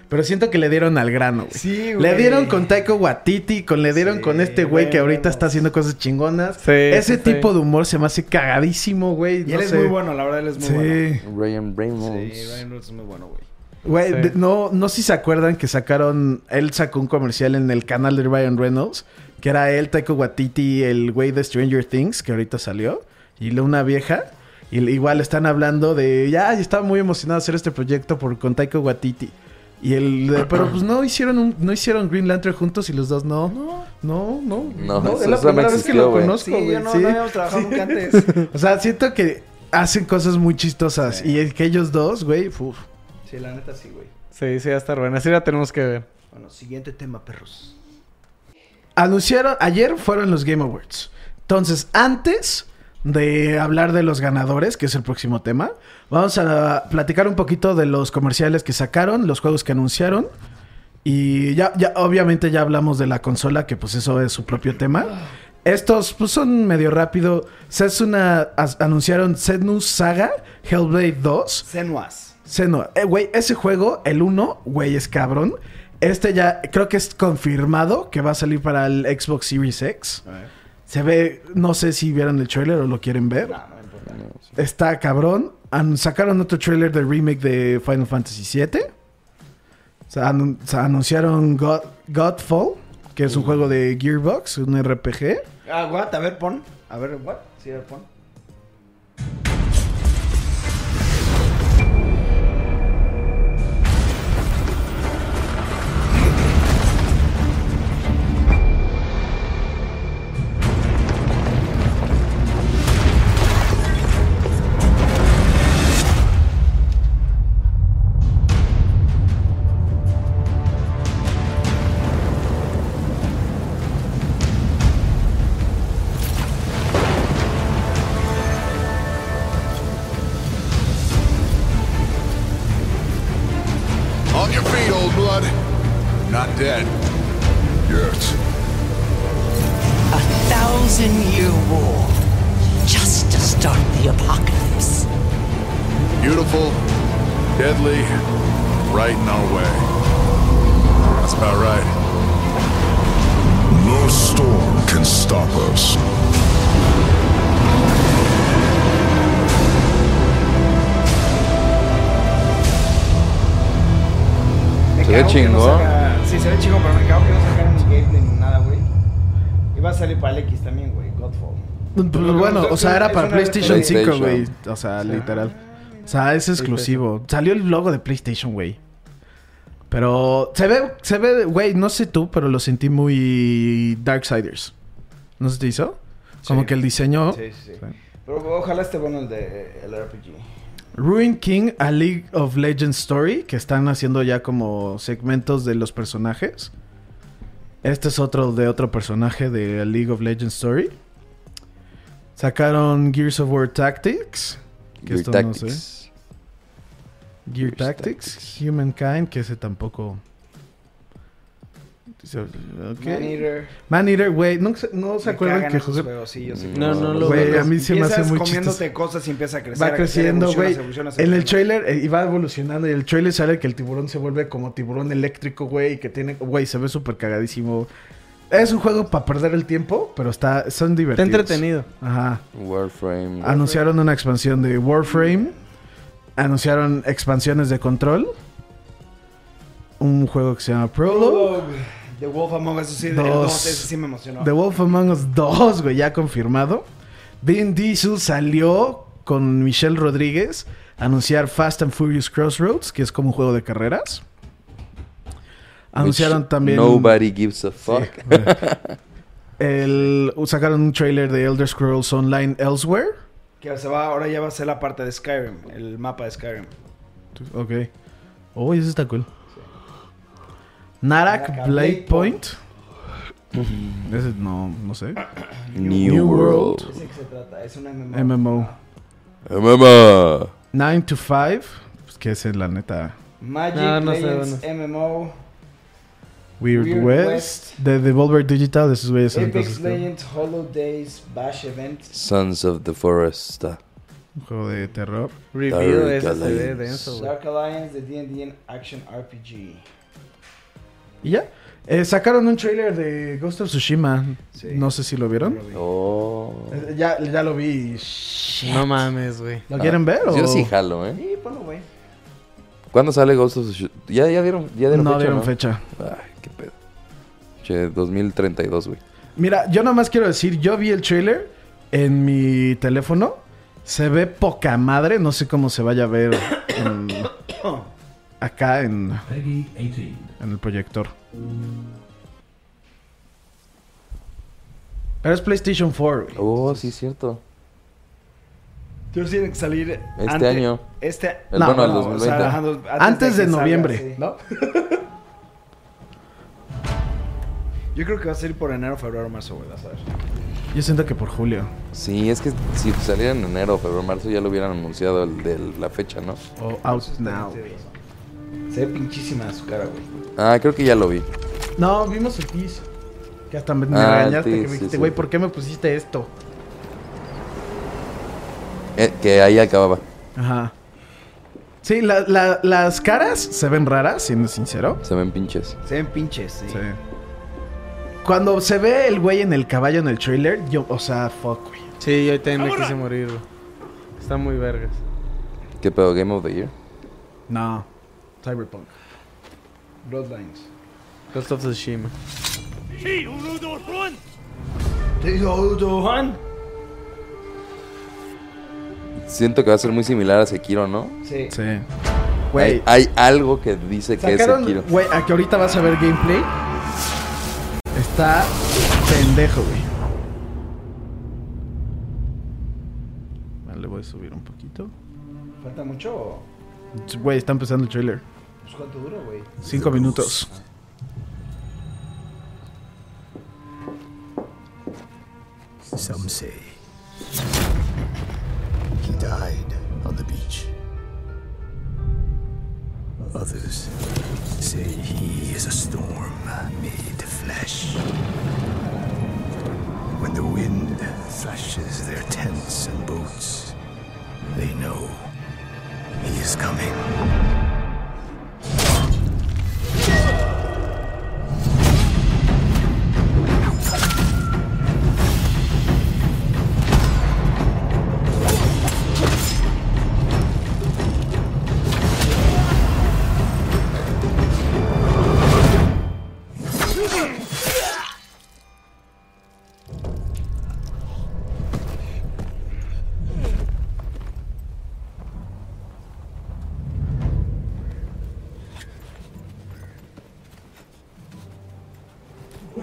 Pero siento que le dieron al grano, güey.
Sí,
Le
güey.
dieron con Taiko Watiti, con le dieron
Sí,
con este güey que
bueno.
ahorita está haciendo cosas chingonas.
Sí,
Ese
sí, sí.
tipo de humor se me hace cagadísimo, güey.
Y
no
él es
sé.
muy bueno, la verdad, él es muy
Sí.
bueno.
Ryan Reynolds.
Sí, Ryan Reynolds es muy bueno, güey.
Güey,
Sí.
de- no, no sé si se acuerdan que sacaron. Él sacó un comercial en el canal de Ryan Reynolds, que era él, Taiko Watiti, el güey de Stranger Things, que ahorita salió, y le- una vieja. Y le- igual están hablando de. Ya, yo estaba muy emocionado de hacer este proyecto por, con Taiko Watiti. Y el. de, Pero pues no hicieron un- no hicieron Green Lantern juntos y los dos no. No, no. No,
No, eso-
es la
eso no
primera vez que
existió,
lo
güey.
conozco,
Sí,
güey.
yo no,
sí.
no habíamos trabajado nunca antes.
O sea, siento que hacen cosas muy chistosas. Y el que ellos dos, güey, uf.
Sí, la neta sí, güey.
Sí, sí, va a estar buena. Así la tenemos que ver.
Bueno, siguiente tema, perros.
anunciaron, ayer fueron los Game Awards. Entonces, antes de hablar de los ganadores, que es el próximo tema, vamos a platicar un poquito de los comerciales que sacaron, los juegos que anunciaron. Y ya, ya obviamente ya hablamos de la consola, que pues eso es su propio tema. Estos pues son medio rápido. Setsuna as- anunciaron Senus Saga, Hellblade 2.
Senuas.
Senua. Eh, güey, ese juego, el 1, güey, es cabrón. Este ya creo que es confirmado que va a salir para el Xbox Series X. Se ve, no sé si vieron el trailer o lo quieren ver. Está cabrón. An- sacaron otro trailer del remake de Final Fantasy VII. Se, anu- se anunciaron God- Godfall, que es un juego de Gearbox, un RPG.
Ah, what? A ver, pon. A ver, what? Sí, a ver, pon.
On your feet, old blood. Not dead. Yet.
A thousand year war. Just to start the apocalypse.
Beautiful, deadly, right in our way. That's about right. No storm can stop us.
Me
Se ve
cago que no
chingón.
saca- Sí, se ve chingón, pero me cago que no sacaron ni gameplay ni nada, güey. Y va a salir para el X también, güey. Godfall.
Pues,
Pero
bueno,
es
o sea, era
una-
para
es una
PlayStation 5,
PlayStation.
güey. O sea, literal. O sea, es exclusivo. Salió el logo de PlayStation, güey. Pero se ve, se ve, güey, no sé tú, pero lo sentí muy Darksiders. ¿No se te hizo? Como que el diseño.
Sí, sí, sí. Pero ojalá esté bueno el de el RPG.
Ruin King, a League of Legends Story, que están haciendo ya como segmentos de los personajes. Este es otro de otro personaje de A League of Legends Story. Sacaron Gears of War Tactics. Que
Gear
esto no sé.
Tactics.
Gear Tactics, Humankind, que ese tampoco.
Man
Okay.
Eater.
Man Eater, güey, ¿no, se- no se
Me
acuerdan
cagan
que
esos
José
juegos, sí, yo sé.
No, no lo
Güey,
veo.
a mí se me hace
Empiezas
muy
comiéndote
chistoso.
cosas y empieza a crecer.
Va
a crecer,
creciendo,
evolucionas,
güey.
evolucionas,
En el
evolucionas.
trailer eh, y va evolucionando. Y el trailer sale que el tiburón se vuelve como tiburón eléctrico, güey. y Que tiene. Güey, se ve súper cagadísimo. Es un juego para perder el tiempo, pero está, son
Está
divertidos.
entretenido.
Ajá.
Warframe.
Anunciaron una expansión de Warframe. Anunciaron expansiones de Control. Un juego que se llama Prologue.
Prologue, The Wolf Among Us, sí, el
Dos.
dos, ese sí me emocionó.
The Wolf Among Us 2, güey, ya confirmado. Vin Diesel salió con Michelle Rodríguez a anunciar Fast and Furious Crossroads, que es como un juego de carreras. Anunciaron
Which
también
Nobody gives a fuck.
el sacaron un trailer de Elder Scrolls Online Elsewhere.
Que se va, ahora ya va a ser la parte de Skyrim, el mapa de Skyrim.
Ok. Oh, eso está cool. Narak Blade Point. Ese no, no sé.
New,
New
World.
¿De qué se trata? Es una MMO.
MMO.
MMO.
9 to 5. Pues que ese, la neta.
Magic
Ah, No, no sé,
Legends MMO,
Weird,
Weird
West,
West.
de Devolver Digital, de sus güeyes son
Apex
entonces, ¿no?
Legends, Hollow Days, Bash Event.
Sons of the Forest. Ah.
un juego de terror.
Review
Dark
ese se ve
Alliance.
denso, güey.
Dark Alliance, The D&D and Action RPG.
Y ya. Eh, sacaron un trailer de Ghost of Tsushima.
Sí.
No sé si lo vieron.
Oh.
Eh, Ya, ya lo vi. Shit.
No mames, güey.
¿Lo quieren ver o?
Ah, Yo sí jalo, ¿eh?
Sí, ponlo, güey.
¿Cuándo sale Ghost of Tsushima? ¿Ya, ya dieron, ya dieron
No
fecha,
dieron
¿no?
fecha.
Ay, qué pedo. Che, 2032, güey.
Mira, yo nada más quiero decir, yo vi el trailer en mi teléfono. Se ve poca madre. No sé cómo se vaya a ver en- acá en, en el proyector. Pero es PlayStation 4. güey.
Oh, sí, cierto.
Entonces tiene que salir
Este
ante-
año.
Este
El- bueno, el
o
2020.
ajá, dos-
Antes de
que salga,
noviembre,
sí.
¿no?
Yo creo que va a salir por enero, febrero, marzo, güey, vas a ver.
Yo siento que por julio.
Sí, es que si saliera en enero, febrero, marzo, ya lo hubieran anunciado el de la fecha, ¿no?
O out now.
Se ve pinchísima su cara, güey.
Ah, creo que ya lo vi.
No, vimos el teaser. Que hasta me, me
Ah,
regañaste
sí,
que me
sí,
dijiste,
sí.
güey, ¿por qué me pusiste esto?
Eh, que ahí acababa.
Ajá. Sí, la- la- las caras se ven raras, siendo sincero.
Se ven pinches.
Se ven pinches, sí.
Sí. Cuando se ve el güey en el caballo en el trailer, yo, o sea, fuck, güey.
Sí, yo también me quise morir, güey. Está muy vergas.
¿Qué pedo? Game of the Year.
No. Cyberpunk.
Bloodlines.
Ghost of Tsushima.
Te digo, Udo, Juan.
Siento que va a ser muy similar a Sekiro, ¿no?
Sí.
Sí.
Hay,
Güey,
hay algo que dice que es Sekiro.
sacaron, güey, a que ahorita vas a ver gameplay. Está pendejo, güey. Vale, le voy a subir un poquito.
¿Falta mucho o?
Güey, está empezando el trailer.
Pues, cuánto dura, güey.
Cinco minutos.
Some say he died on the beach. Others say he is a storm made flesh. When the wind thrashes their tents and boats, they know he is coming.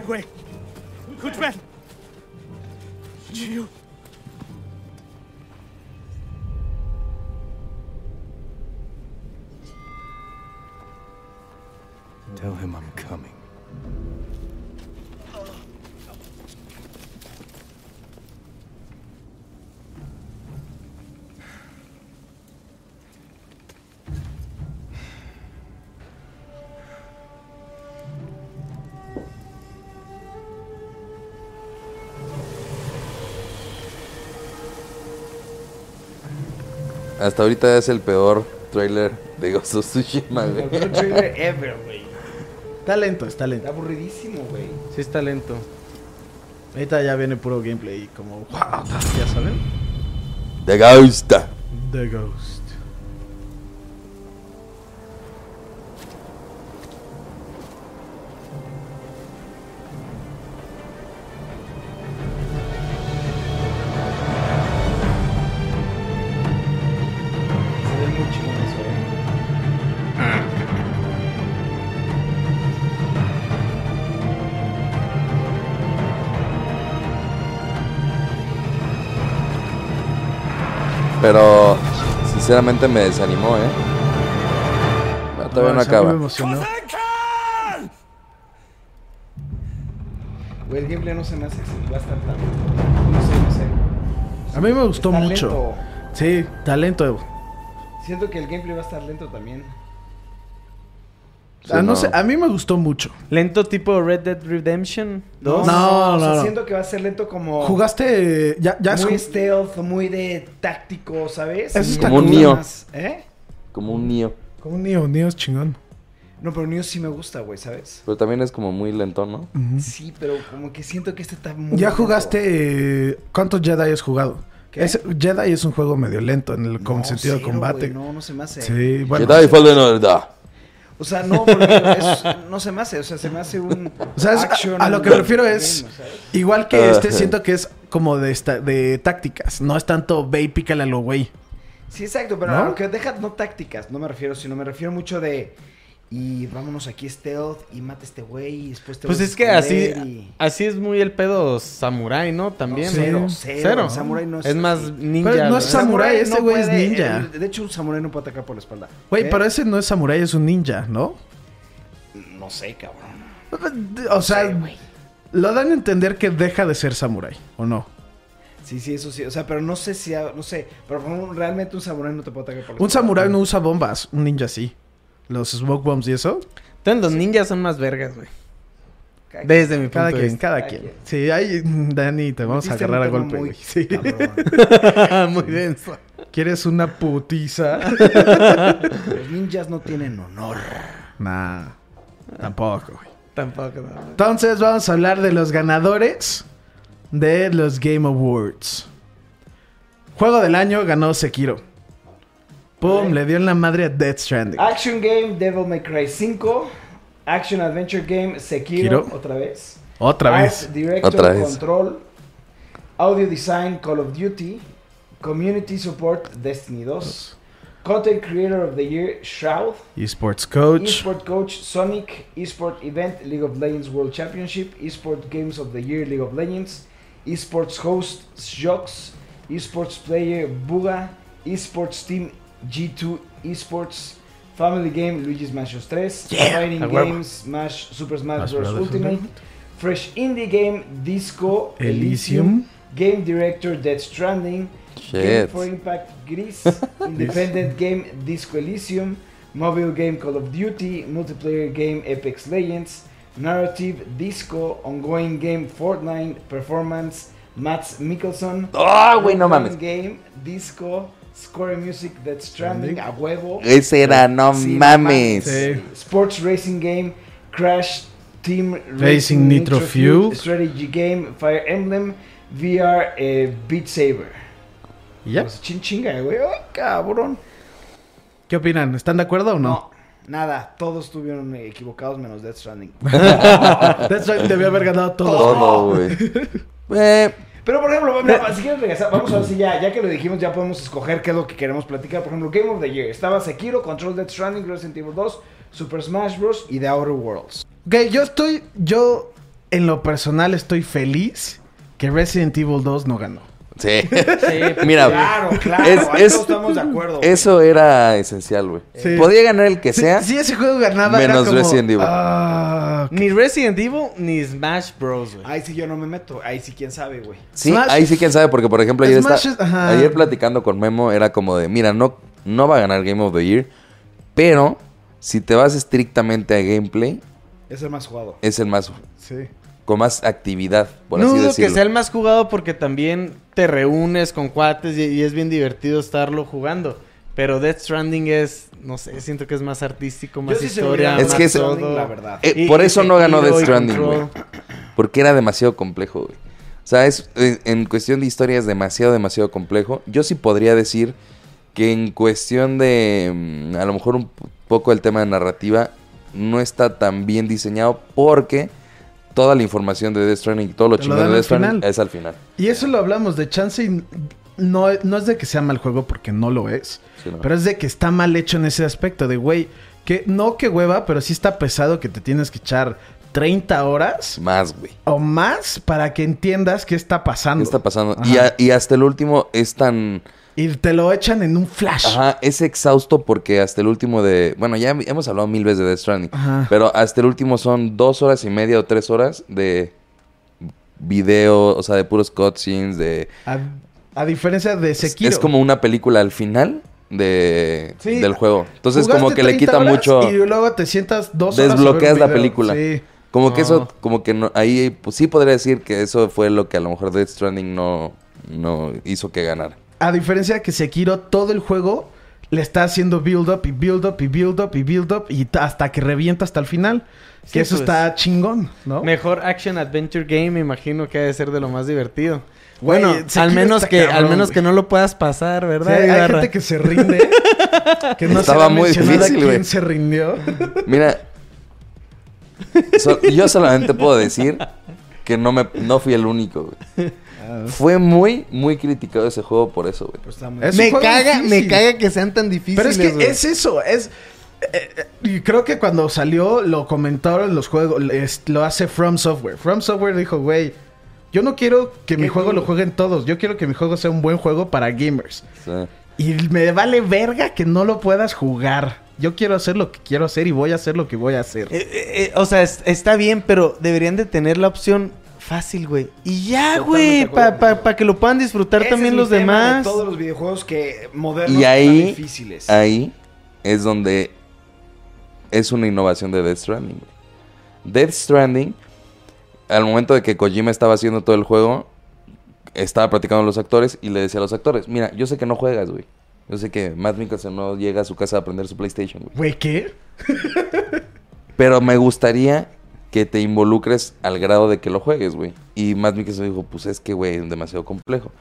Güey. Escúchame. Chiu.
Tell him I'm coming.
Hasta ahorita es el peor trailer de Ghost of Tsushima, güey.
El peor trailer ever, güey.
Está lento, está lento.
Está aburridísimo, güey.
Sí, está lento.
Ahorita ya viene puro gameplay y como, wow, ya saben.
The Ghost.
The Ghost.
Se ve muy chingón eso, güey.
Pero sinceramente me desanimó, ¿eh? Bueno, todavía no
Ah, sí, a mí me
acaba.
emocionó.
Güey, el gameplay no se me hace que se va a estar tan. No sé, no sé.
A mí me gustó
Está
mucho.
lento.
Sí, talento.
Siento que el gameplay va a estar lento también.
ah, no, sé, a mí me gustó mucho.
Lento tipo Red Dead Redemption
No,
2.
no,
o sea,
no.
Siento que va a ser lento como.
¿Jugaste? eh, Ya, ya has
muy este-
jug-
stealth, muy de táctico, ¿sabes?
Eso
Y
está
Como un
cool.
Neo.
¿Eh?
Como un Nio.
Como un Neo, Neo es chingón.
No, pero Neo sí me gusta, güey, ¿sabes?
Pero también es como muy lentón, ¿no?
Sí, pero como que siento que este está muy.
¿Ya
lento.
jugaste? eh, ¿Cuántos Jedi has jugado?
¿Qué?
Es- Jedi es un juego medio lento en el con sentido de
cero,
combate.
güey, no, no se me hace.
Sí, bueno.
Jedi Fallen Order.
O sea, no, porque es- no se me hace. O sea, se me hace un.
O sea, es- a-
action
a, lo que me refiero
game,
es.
o sea,
Igual que este,
Ajá.
siento que es como de, esta- de tácticas. No es tanto ve y pícale a lo güey.
Sí, exacto, pero
¿No?
aunque deja no tácticas, no me refiero, sino me refiero mucho de. Y vámonos aquí stealth y mata a este güey y después te
Pues
voy a
es que así,
esconder y-
así es muy el pedo samurai, ¿no? También.
No, cero, cero. El samurái no es
es, más
así.
ninja.
Pero no
¿no?
es samurái,
Samurái
este güey es
puede-
ninja.
el- de hecho, un samurái no puede atacar por la espalda.
Güey,
¿Eh?
pero ese no es samurái, es un ninja, ¿no?
No sé, cabrón.
O sea,
Sí, güey.
lo dan a entender que deja de ser samurái, ¿o no?
Sí, sí, eso sí. O sea, pero no sé si... ha- No sé. Pero por ejemplo, realmente un samurái no te puede atacar por la
Un
espalda.
samurái no usa bombas, un ninja sí. Los smoke bombs y eso.
Entonces los ninjas son más vergas, güey. Desde mi punto
Cada
de
quien,
vista.
cada quien. Sí, ahí, Dani, te vamos a
Metiste
agarrar a
un tema
golpe,
muy
güey. Sí.
cabrón.
Muy denso.
¿Quieres una putiza?
Los ninjas no tienen honor.
nah, tampoco, güey.
Tampoco, no.
Entonces vamos a hablar de los ganadores de los Game Awards. Juego del año ganó Sekiro. Pum, le dio en la madre a Death Stranding.
Action Game, Devil May Cry 5. Action Adventure Game, Sekiro.
Sekiro.
Otra vez.
Otra
Art
vez.
Director,
Otra vez.
Control. Audio Design, Call of Duty. Community Support, Destiny 2. Content Creator of the Year, Shroud.
Esports Coach.
Esport Coach Sonic, Esport Event League of Legends World Championship, Esport Games of the Year League of Legends, Esports Host Shox, Esports Player Buga, Esports Team G2 Esports, Family Game Luigi's Mansion 3, Fighting
a huevo.
Games Smash Super Smash
Smash
Bros.
Brothers
Ultimate, Fresh Indie Game Disco Elysium,
Elysium.
Game Director Death Stranding, Game
Shit.
for Impact Gris, Independent Game Disco Elysium, Mobile Game Call of Duty, Multiplayer Game Apex Legends, Narrative Disco, Ongoing Game Fortnite, Performance Mats Mickelson,
¡Ah, güey, no mames!
Game Disco, Score Music Death Stranding, a huevo,
Ese era, no
Sí, no
mames.
Sí.
Sports Racing Game, Crash Team
Racing Nitro Fuel.
Strategy Game, Fire Emblem, VR eh, Beat Saber.
¿Ya?
Pues, chin chinga, güey. ¡Ay, cabrón!
¿Qué opinan? ¿Están de acuerdo o no?
No, nada, todos estuvieron eh, equivocados menos Death Stranding.
Death Stranding debió haber ganado todo.
Todo, güey. Eh,
Pero por ejemplo, mira, si quieres regresar, vamos a ver si ya, ya que lo dijimos, ya podemos escoger qué es lo que queremos platicar. Por ejemplo, Game of the Year. Estaba Sekiro, Control Death Stranding, Resident Evil 2, Super Smash Bros. y The Outer Worlds.
Ok, yo estoy. Yo en lo personal estoy feliz que Resident Evil 2 no ganó.
Sí.
pues,
Mira,
claro, claro,
es-
ahí
es-
todos estamos de acuerdo, güey.
Eso era esencial, güey.
Sí.
Podía ganar el que
Si-
sea.
Si, ese juego ganaba, era
¿Ah? menos
como, ah,
Resident Evil.
Ni Resident Evil ni Smash Bros, güey.
Ahí sí yo no me meto. Ahí sí quién sabe, güey.
Sí,
Smash-
ahí sí quién sabe, porque por ejemplo ayer,
Smash
está-
es- ajá.
ayer platicando con Memo era como de, mira, no, no va a ganar Game of the Year, pero si te vas estrictamente a gameplay,
Es el más jugado. Pues,
es el más,
Sí.
con más actividad, por
no
así
dudo que
decirlo.
sea el más jugado porque también te reúnes con cuates y, y es bien divertido estarlo jugando. Pero Death Stranding es, no sé, siento que es más artístico, más
sí se lo
historia.
hubiera
Es
más
que es-
todo.
eh,
Y-
por
y
eso no ganó
sentido
Death
y
Stranding, güey.
control.
Porque era demasiado complejo, güey. O sea, es, eh, en cuestión de historia es demasiado, demasiado complejo. Yo sí podría decir que en cuestión de, mm, a lo mejor un p- poco el tema de narrativa, no está tan bien diseñado porque toda la información de Death Stranding, y todo lo
Te lo
chingón de
dan al
Death Stranding
final.
es al final.
Y eso lo hablamos de chance y no, no es de que sea mal juego porque no lo es,
Sí, no.
pero es de que está mal hecho en ese aspecto de güey, que no que hueva, pero sí está pesado que te tienes que echar 30 horas
Más, güey.
o más para que entiendas qué está pasando.
¿Qué está pasando?
Ajá.
Y, a- y hasta el último es tan...
Y te lo echan en un flash.
Ajá, es exhausto porque hasta el último de... Bueno, ya hemos hablado mil veces de Death Stranding.
Ajá.
Pero hasta el último son dos horas y media o tres horas de video, o sea, de puros cutscenes, de...
A, a diferencia de Sekiro.
Es como una película al final de,
Sí.
del juego. Entonces
Jugaste
como que le
30
quita
horas
mucho...
Y luego te sientas dos horas. a ver un
Desbloqueas la
video.
película.
Sí.
Como que
No.
eso, como que no, ahí pues, sí podría decir que eso fue lo que a lo mejor Death Stranding no, no hizo que ganara.
A diferencia que Sekiro, todo el juego le está haciendo build up y build up y build up y build up y ta- hasta que revienta hasta el final.
Sí,
que eso
pues.
está chingón, ¿no?
Mejor action adventure game, me imagino que ha de ser de lo más divertido.
Güey,
Bueno,
Sekiro
al menos
está
que al
cabrón,
menos
güey.
que no lo puedas pasar,
Sí,
¿verdad?
hay hay
Ibarra?
gente que se rinde. que no
Estaba
será
muy
mencionada
difícil,
quién
güey.
se rindió.
Mira, so- yo solamente puedo decir que no, me, no fui el único, güey. Fue muy, muy criticado ese juego por eso, güey.
Es un
me
juego
caga, me
difícil.
caga que sean tan difíciles.
Pero es que
güey.
es eso, es... eh, eh, y creo que cuando salió lo comentaron los juegos, es- lo hace From Software. From Software dijo, güey, yo no quiero que mi juego lo jueguen todos, yo quiero que mi juego sea un buen juego para gamers.
Sí.
Y me vale verga que no lo puedas jugar. Yo quiero hacer lo que quiero hacer y voy a hacer lo que voy a hacer.
Eh, eh, eh, o sea, es- está bien, pero deberían de tener la opción fácil, güey. Y ya, güey, para que lo puedan disfrutar
Ese
también
es mi
los
tema de
demás.
todos los videojuegos que modernos
Y
están
ahí,
difíciles.
ahí es donde es una innovación de Death Stranding. güey. Death Stranding, al momento de que Kojima estaba haciendo todo el juego, estaba platicando con los actores y le decía a los actores, mira, yo sé que no juegas, güey. Yo sé que Matt Mikkelsen no llega a su casa a prender su PlayStation, güey.
Güey, ¿qué?
Pero me gustaría que te involucres al grado de que lo juegues, güey. Y Matt Mikkelsen dijo, pues es que, güey, es demasiado complejo.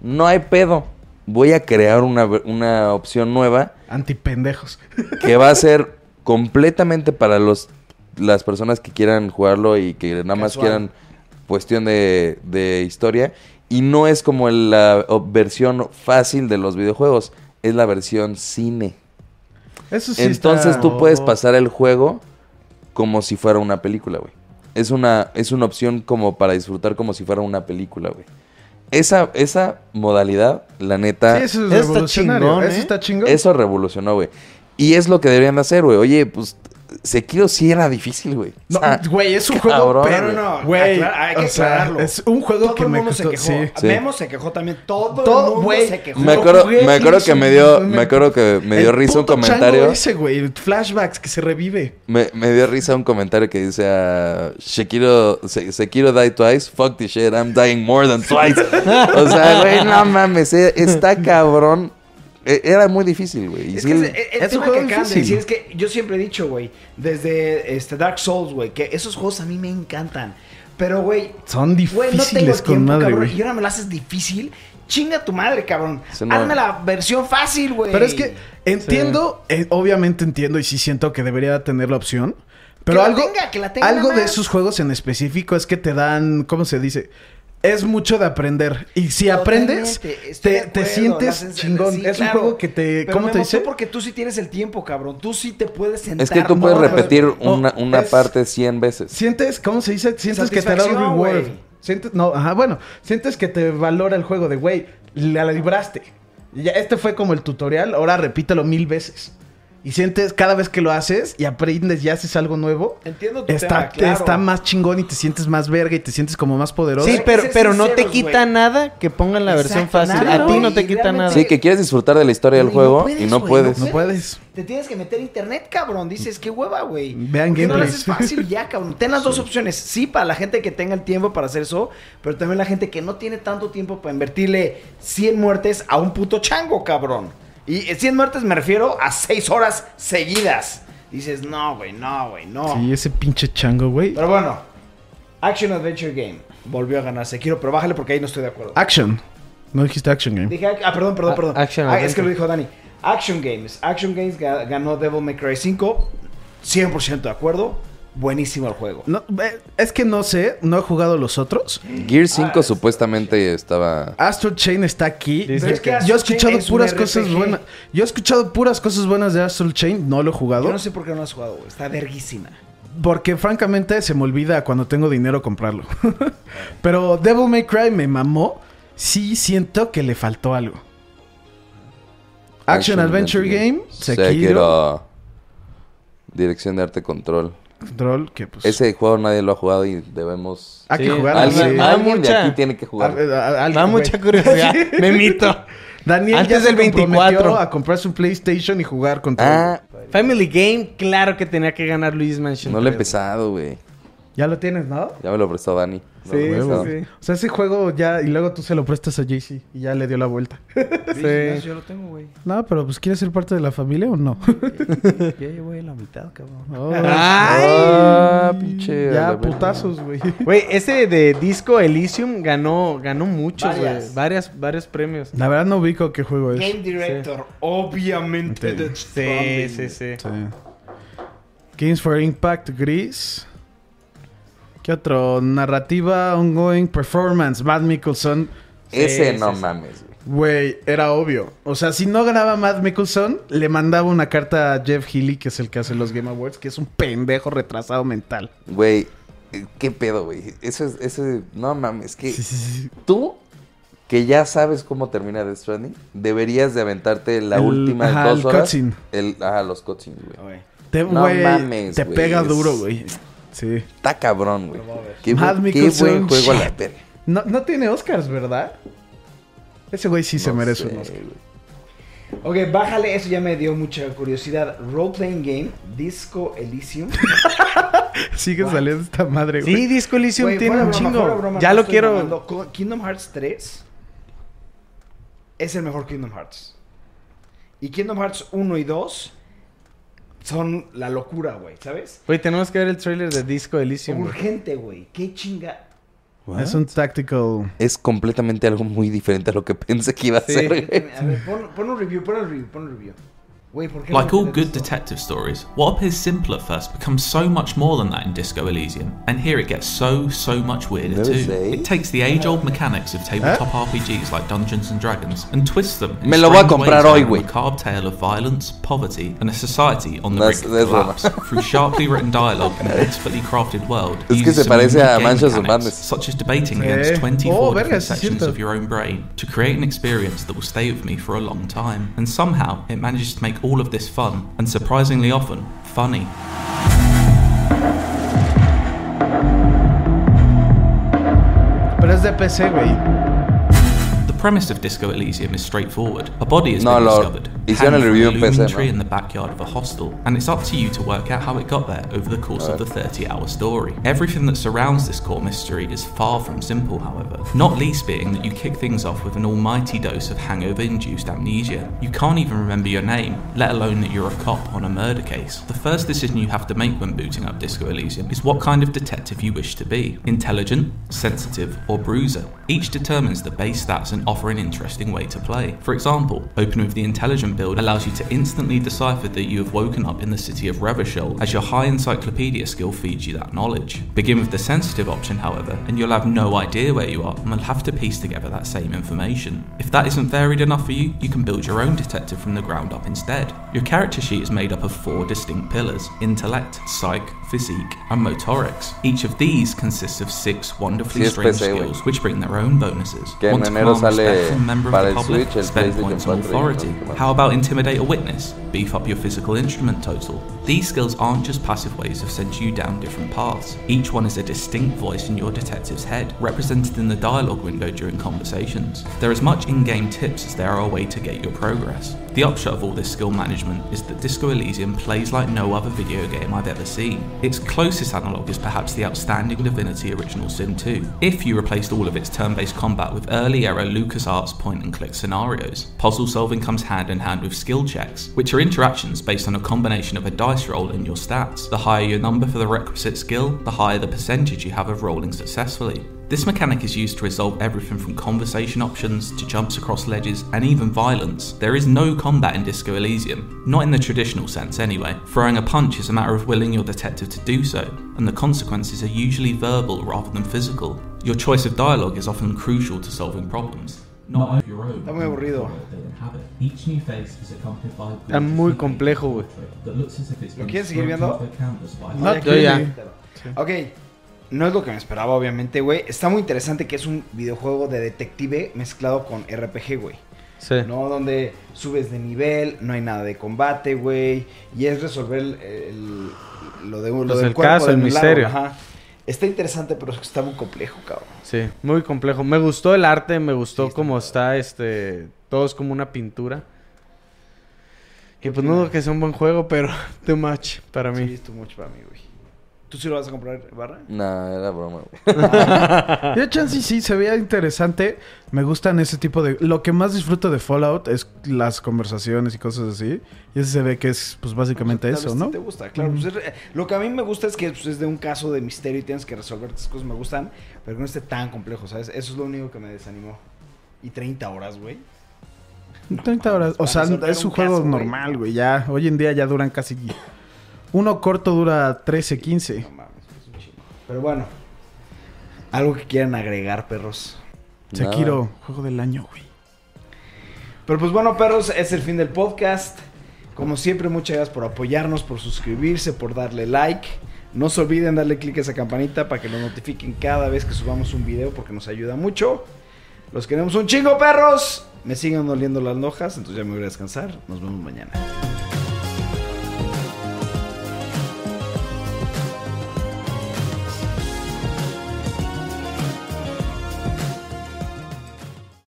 No hay pedo. Voy a crear una, ver- una opción nueva
Antipendejos.
que va a ser completamente para los las personas que quieran jugarlo y que nada más
Casual.
quieran cuestión de, de historia. Y no es como el- la o- versión fácil de los videojuegos, es la versión cine.
Eso sí
Entonces
está-
tú puedes pasar el juego como si fuera una película, güey. Es una, es una opción como para disfrutar como si fuera una película, güey. Esa, esa modalidad, la neta...
Sí, eso es
Eso está
revolucionario.
chingón,
eso
¿eh?
está chingón.
Eso revolucionó, güey. Y es lo que deberían de hacer, güey. Oye, pues Sekiro sí era difícil, güey.
No,
O sea,
güey, es un
cabrón,
juego.
güey.
Pero
No,
güey.
aclar- hay que
o sea,
aclararlo.
es un juego
Todo
que
el
me
mundo se
costó-
quejó.
sí.
Sí.
Memo se quejó también. Todo,
Todo,
el mundo
güey,
se quejó.
Me
Lo
acuerdo,
jugué,
me acuerdo
sí,
que
sí,
me dio,
me-
me acuerdo que me dio
El
risa un
puto chango
comentario.
ese, güey. Flashbacks que se revive.
Me, me dio risa un comentario que dice a Sekiro, Se- Sekiro die twice, fuck this shit, I'm dying more than twice. o sea, güey, no mames, eh, está cabrón. E- Era muy difícil, güey. Y
Es,
sí,
que eh,
el-
es, es- el
es un
tema
juego
que acaban de
difícil.
decir es que yo siempre he dicho, güey, desde este Dark Souls, güey, que esos juegos a mí me encantan. Pero, güey,
Son
güey, no tengo
difíciles
tiempo,
con madre,
cabrón.
güey.
Y ahora me lo haces difícil. Chinga tu madre, cabrón.
Sí, no.
Hazme la versión fácil, güey.
Pero es que entiendo, eh, obviamente entiendo y sí siento que debería tener la opción. Pero
Que la
algo,
tenga, que la tenga
algo
nada
de
más.
esos juegos en específico es que te dan, ¿cómo se dice? es mucho de aprender. Y si aprendes,
Totalmente, estoy de
te,
acuerdo,
te
la
sientes
sens-
chingón.
sí,
es
claro.
un juego que te.
Pero
¿Cómo
me
te
gustó
dice?
porque tú sí tienes el tiempo, cabrón. Tú sí te puedes sentar.
Es que tú puedes
morras.
repetir una, una
es-
parte 100 veces.
Sientes, ¿cómo se dice? Sientes que te da un
Satisfacción,
reward.
güey.
Sientes, no, ajá, bueno, sientes que te valora el juego de, güey, la libraste. Ya, este fue como el tutorial, ahora repítelo mil veces. Y sientes cada vez que lo haces y aprendes y haces algo nuevo.
Entiendo tu tema,
Está,
claro.
está más chingón y te sientes más verga y te sientes como más poderoso.
Sí, pero, pero no te
sinceros,
quita
güey.
nada que pongan la versión
Exacto,
fácil.
nada,
a ti
güey,
no te
y
quita
realmente-
nada.
Sí, que quieres disfrutar de la historia del
Y no
juego y
puedes,
no
güey,
puedes.
no
No puedes.
Te tienes que meter a internet, cabrón. Dices, qué hueva, güey.
Vean
¿Por qué No lo
gameplays.
haces fácil ya, cabrón. Ten las dos opciones. Sí, para la gente que tenga el tiempo para hacer eso, pero también la gente que no tiene tanto tiempo para invertirle 100 muertes a un puto chango, cabrón. Y eh, 100 muertes me refiero a 6 horas seguidas. Dices, no, güey, no, güey, no.
Sí, ese pinche chango, güey.
Pero bueno, Action Adventure Game volvió a ganarse. Quiero, pero bájale porque ahí no estoy de acuerdo.
Action. No dijiste action game.
Dije, ah, perdón, perdón,
A-
perdón.
Action
Ah, es
Adventure.
que lo dijo Dani. Action Games. Action Games ga- ganó Devil May Cry 5. 100% de acuerdo. Buenísimo el juego.
No, eh, es que no sé, no he jugado los otros.
Gear 5
Ah,
supuestamente estaba...
Astro Chain está aquí.
Pero
es que
yo he
Astral Chain
escuchado
es un
puras cosas
RPG.
buenas. Yo he escuchado puras cosas buenas de Astro Chain, no lo he jugado.
Yo no sé por qué no has jugado, güey. Está verguísima.
Porque francamente se me olvida cuando tengo dinero comprarlo. Pero Devil May Cry me mamó. Sí siento que le faltó algo. Action, Adventure Game, Sekiro,
Sekiro. Dirección de arte control.
Control, que pues...
Ese juego nadie lo ha jugado y debemos...
Hay que
Sí,
jugarlo,
Alguien,
sí. Ah, eh,
me da
alguien de
mucha-
aquí tiene que
A-
jugar.
a- a-
Me
alguien,
da
güey.
mucha curiosidad. Me mito.
Daniel
Antes
ya se
del 24.
comprometió a comprarse un PlayStation y jugar Control.
Ah,
Family Game, claro que tenía que ganar Luis Mansion.
no lo he
3,
empezado, güey.
Ya lo tienes, ¿no?
Ya me lo prestó Dani. No
Sí,
lo he
sí,
prestado.
sí.
O sea, ese juego ya... Y luego tú se lo prestas a JC y ya le dio la vuelta.
Sí.
Yo lo tengo, güey.
no, pero pues ¿quieres ser parte de la familia o no?
Ya llevo ahí la mitad, cabrón.
Oh,
Ah, pinche. a la
ya,
verga.
putazos, güey.
Güey, ese de Disco Elysium ganó, ganó muchos, güey.
Varias.
Varias, varios premios.
La verdad no ubico qué juego es.
Game Director, obviamente.
Sí.
Death
Sí,
Stranding.
sí, sí.
Sí. Games for Impact, Gris. ¿Qué otro? Narrativa, ongoing, performance, Matt Mickelson.
Ese
Sí,
no
sí, sí.
mames, güey.
Güey, era obvio. O sea, si no ganaba Matt Mickelson, le mandaba una carta a Jeff Healy, que es el que hace los Game Awards, que es un pendejo retrasado mental.
Güey, eh, qué pedo, güey. Eso es, eso es- no mames, que
Sí, sí, sí.
tú, que ya sabes cómo termina Death Stranding, deberías de aventarte la
El-
última
ajá,
dos
el
horas.
cutscene.
El, ajá, los cutscenes, güey.
Güey.
Te,
No
güey,
mames,
te
güey,
pega
es-
duro, güey. Sí.
Está cabrón, güey. Qué,
Mads
bu- qué
Mikkelsen,
buen juego a la
shit.
verga.
No, no tiene Oscars, ¿verdad? Ese güey sí se
No
merece
sé,
un Oscar.
güey.
Ok, bájale, eso ya me dio mucha curiosidad. Role Playing Game, Disco Elysium.
Sigue saliendo esta madre, güey.
Sí, Disco Elysium
Güey,
tiene
fuera
un
broma, fuera
chingo.
broma,
ya
no
lo
estoy
quiero.
mamando. Co- Kingdom Hearts 3 es el mejor Kingdom Hearts. Y Kingdom Hearts 1 y 2 son la locura, güey, ¿sabes?
Güey, tenemos que ver el trailer de Disco Elysium. güey.
Urgente, güey. Qué chinga.
Es un tactical.
Es completamente algo muy diferente a lo que pensé que iba a
Sí.
ser.
A
güey.
ver, pon, pon un review, pon un review, pon un review. Güey, ¿por qué no
Like all
metes
good
esto?
detective stories, what appears simple at first becomes so much more than that in Disco Elysium, and here it gets so, so much weirder
Never
too.
say.
It takes the age old mechanics of tabletop RPGs like Dungeons and Dragons and twists them in
Me lo voy a
strange ways
comprar
around
hoy,
a
güey.
macabre tale of violence, poverty, and a society on the
No,
brink
es-
of
es broma.
collapse through sharply written dialogue and an expertly crafted world.
Es que
using
se
some
parece
unique
a
game
Mansions of
mechanics,
Madness.
Such as debating
Sí.
against
Oh,
24
verga,
different
sí es
sections
cierto.
of your own brain to create an experience that will stay with me for a long time. And somehow it manages to make all of this fun, and surprisingly often, funny.
Pero es de PC, güey.
The premise of Disco Elysium is straightforward. A body has
No,
been
lo-
discovered,
hicieron
hanged
el review
from a
en
looming
PC,
tree
¿no?
in the backyard of a hostel, and it's up to you to work out how it got there over the course of the 30-hour story. Everything that surrounds this core mystery is far from simple, however. Not least being that you kick things off with an almighty dose of hangover-induced amnesia. You can't even remember your name, let alone that you're a cop on a murder case. The first decision you have to make when booting up Disco Elysium is what kind of detective you wish to be: intelligent, sensitive, or bruiser. Each determines the base stats and offer an interesting way to play. For example, open with the intelligent attachment build allows you to instantly decipher that you have woken up in the city of Revachol, as your high encyclopedia skill feeds you that knowledge. Begin with the sensitive option, however, and you'll have no idea where you are and will have to piece together that same information. If that isn't varied enough for you, you can build your own detective from the ground up instead. Your character sheet is made up of four distinct pillars intellect, psych, physique, and motorics. Each of these consists of six wonderfully
Sí, es
strange
PC, güey.
skills, which bring their own bonuses.
Que en
Want to
enero
command
sale
respect from a member
para
of
el
the public?
Switch, el
Spend
PlayStation
points
4
on
y todo
authority.
lo demás.
How about intimidate a witness? Beef up your physical instrument total. These skills aren't just passive ways of sending you down different paths. Each one is a distinct voice in your detective's head, represented in the dialogue window during conversations. There are as much in-game tips as there are a way to get your progress. The upshot of all this skill management is that Disco Elysium plays like no other video game I've ever seen. Its closest analogue is perhaps the outstanding Divinity Original Sin 2, if you replaced all of its turn based combat with early era LucasArts point and click scenarios. Puzzle solving comes hand in hand with skill checks, which are interactions based on a combination of a dice roll and your stats. The higher your number for the requisite skill, the higher the percentage you have of rolling successfully. This mechanic is used to resolve everything from conversation options to jumps across ledges and even violence. There is no combat in Disco Elysium, not in the traditional sense anyway. Throwing a punch is a matter of willing your detective to do so, and the consequences are usually verbal rather than physical. Your choice of dialogue is often crucial to solving problems. Not your own.
Está muy aburrido.
Each new face is accompanied by
Está muy complejo, güey.
¿Lo quieres seguir viendo?
No, yo ya.
Ok. No es lo que me esperaba, obviamente, güey. Está muy interesante que es un videojuego de detective mezclado con RPG, güey.
Sí.
¿No? Donde subes de nivel, no hay nada de combate, güey. Y es resolver el- el- lo, de, lo
Pues
del
el
cuerpo
caso,
de
el
un lado,
misterio.
ajá. Está interesante, pero está muy complejo, cabrón.
Sí, muy complejo. Me gustó el arte, me gustó cómo está, este, todo es como una pintura. Que pues no dudo que sea un buen juego, pero too much para mí.
Sí, es too much para mí, güey. ¿Tú sí lo vas a comprar, Barra?
Nah, era broma, güey.
Ah.
Yo chance y sí, se veía interesante. Me gustan ese tipo de... Lo que más disfruto de Fallout es las conversaciones y cosas así. Y ese se ve que es, pues, básicamente
Tal
eso,
vez
¿no?
sí te gusta, claro.
Mm.
Pues es re- lo que a mí me gusta es que pues, es de un caso de misterio y tienes que resolver estas cosas. Me gustan, pero que no esté tan complejo, ¿sabes? Eso es lo único que me desanimó. Y 30 horas, güey.
30 horas. O
Para
sea,
resolver
es un
un
juego
caso, güey.
normal, güey. Ya, hoy en día ya duran casi... Uno corto dura 13, 15.
Pero bueno. Algo que quieran agregar, perros.
Sekiro, juego del año, güey.
Pero pues bueno, perros, es el fin del podcast. Como siempre, muchas gracias por apoyarnos, por suscribirse, por darle like. No se olviden darle click a esa campanita para que nos notifiquen cada vez que subamos un video porque nos ayuda mucho. Los queremos un chingo, perros. Me siguen doliendo las nojas, entonces ya me voy a descansar. Nos vemos mañana.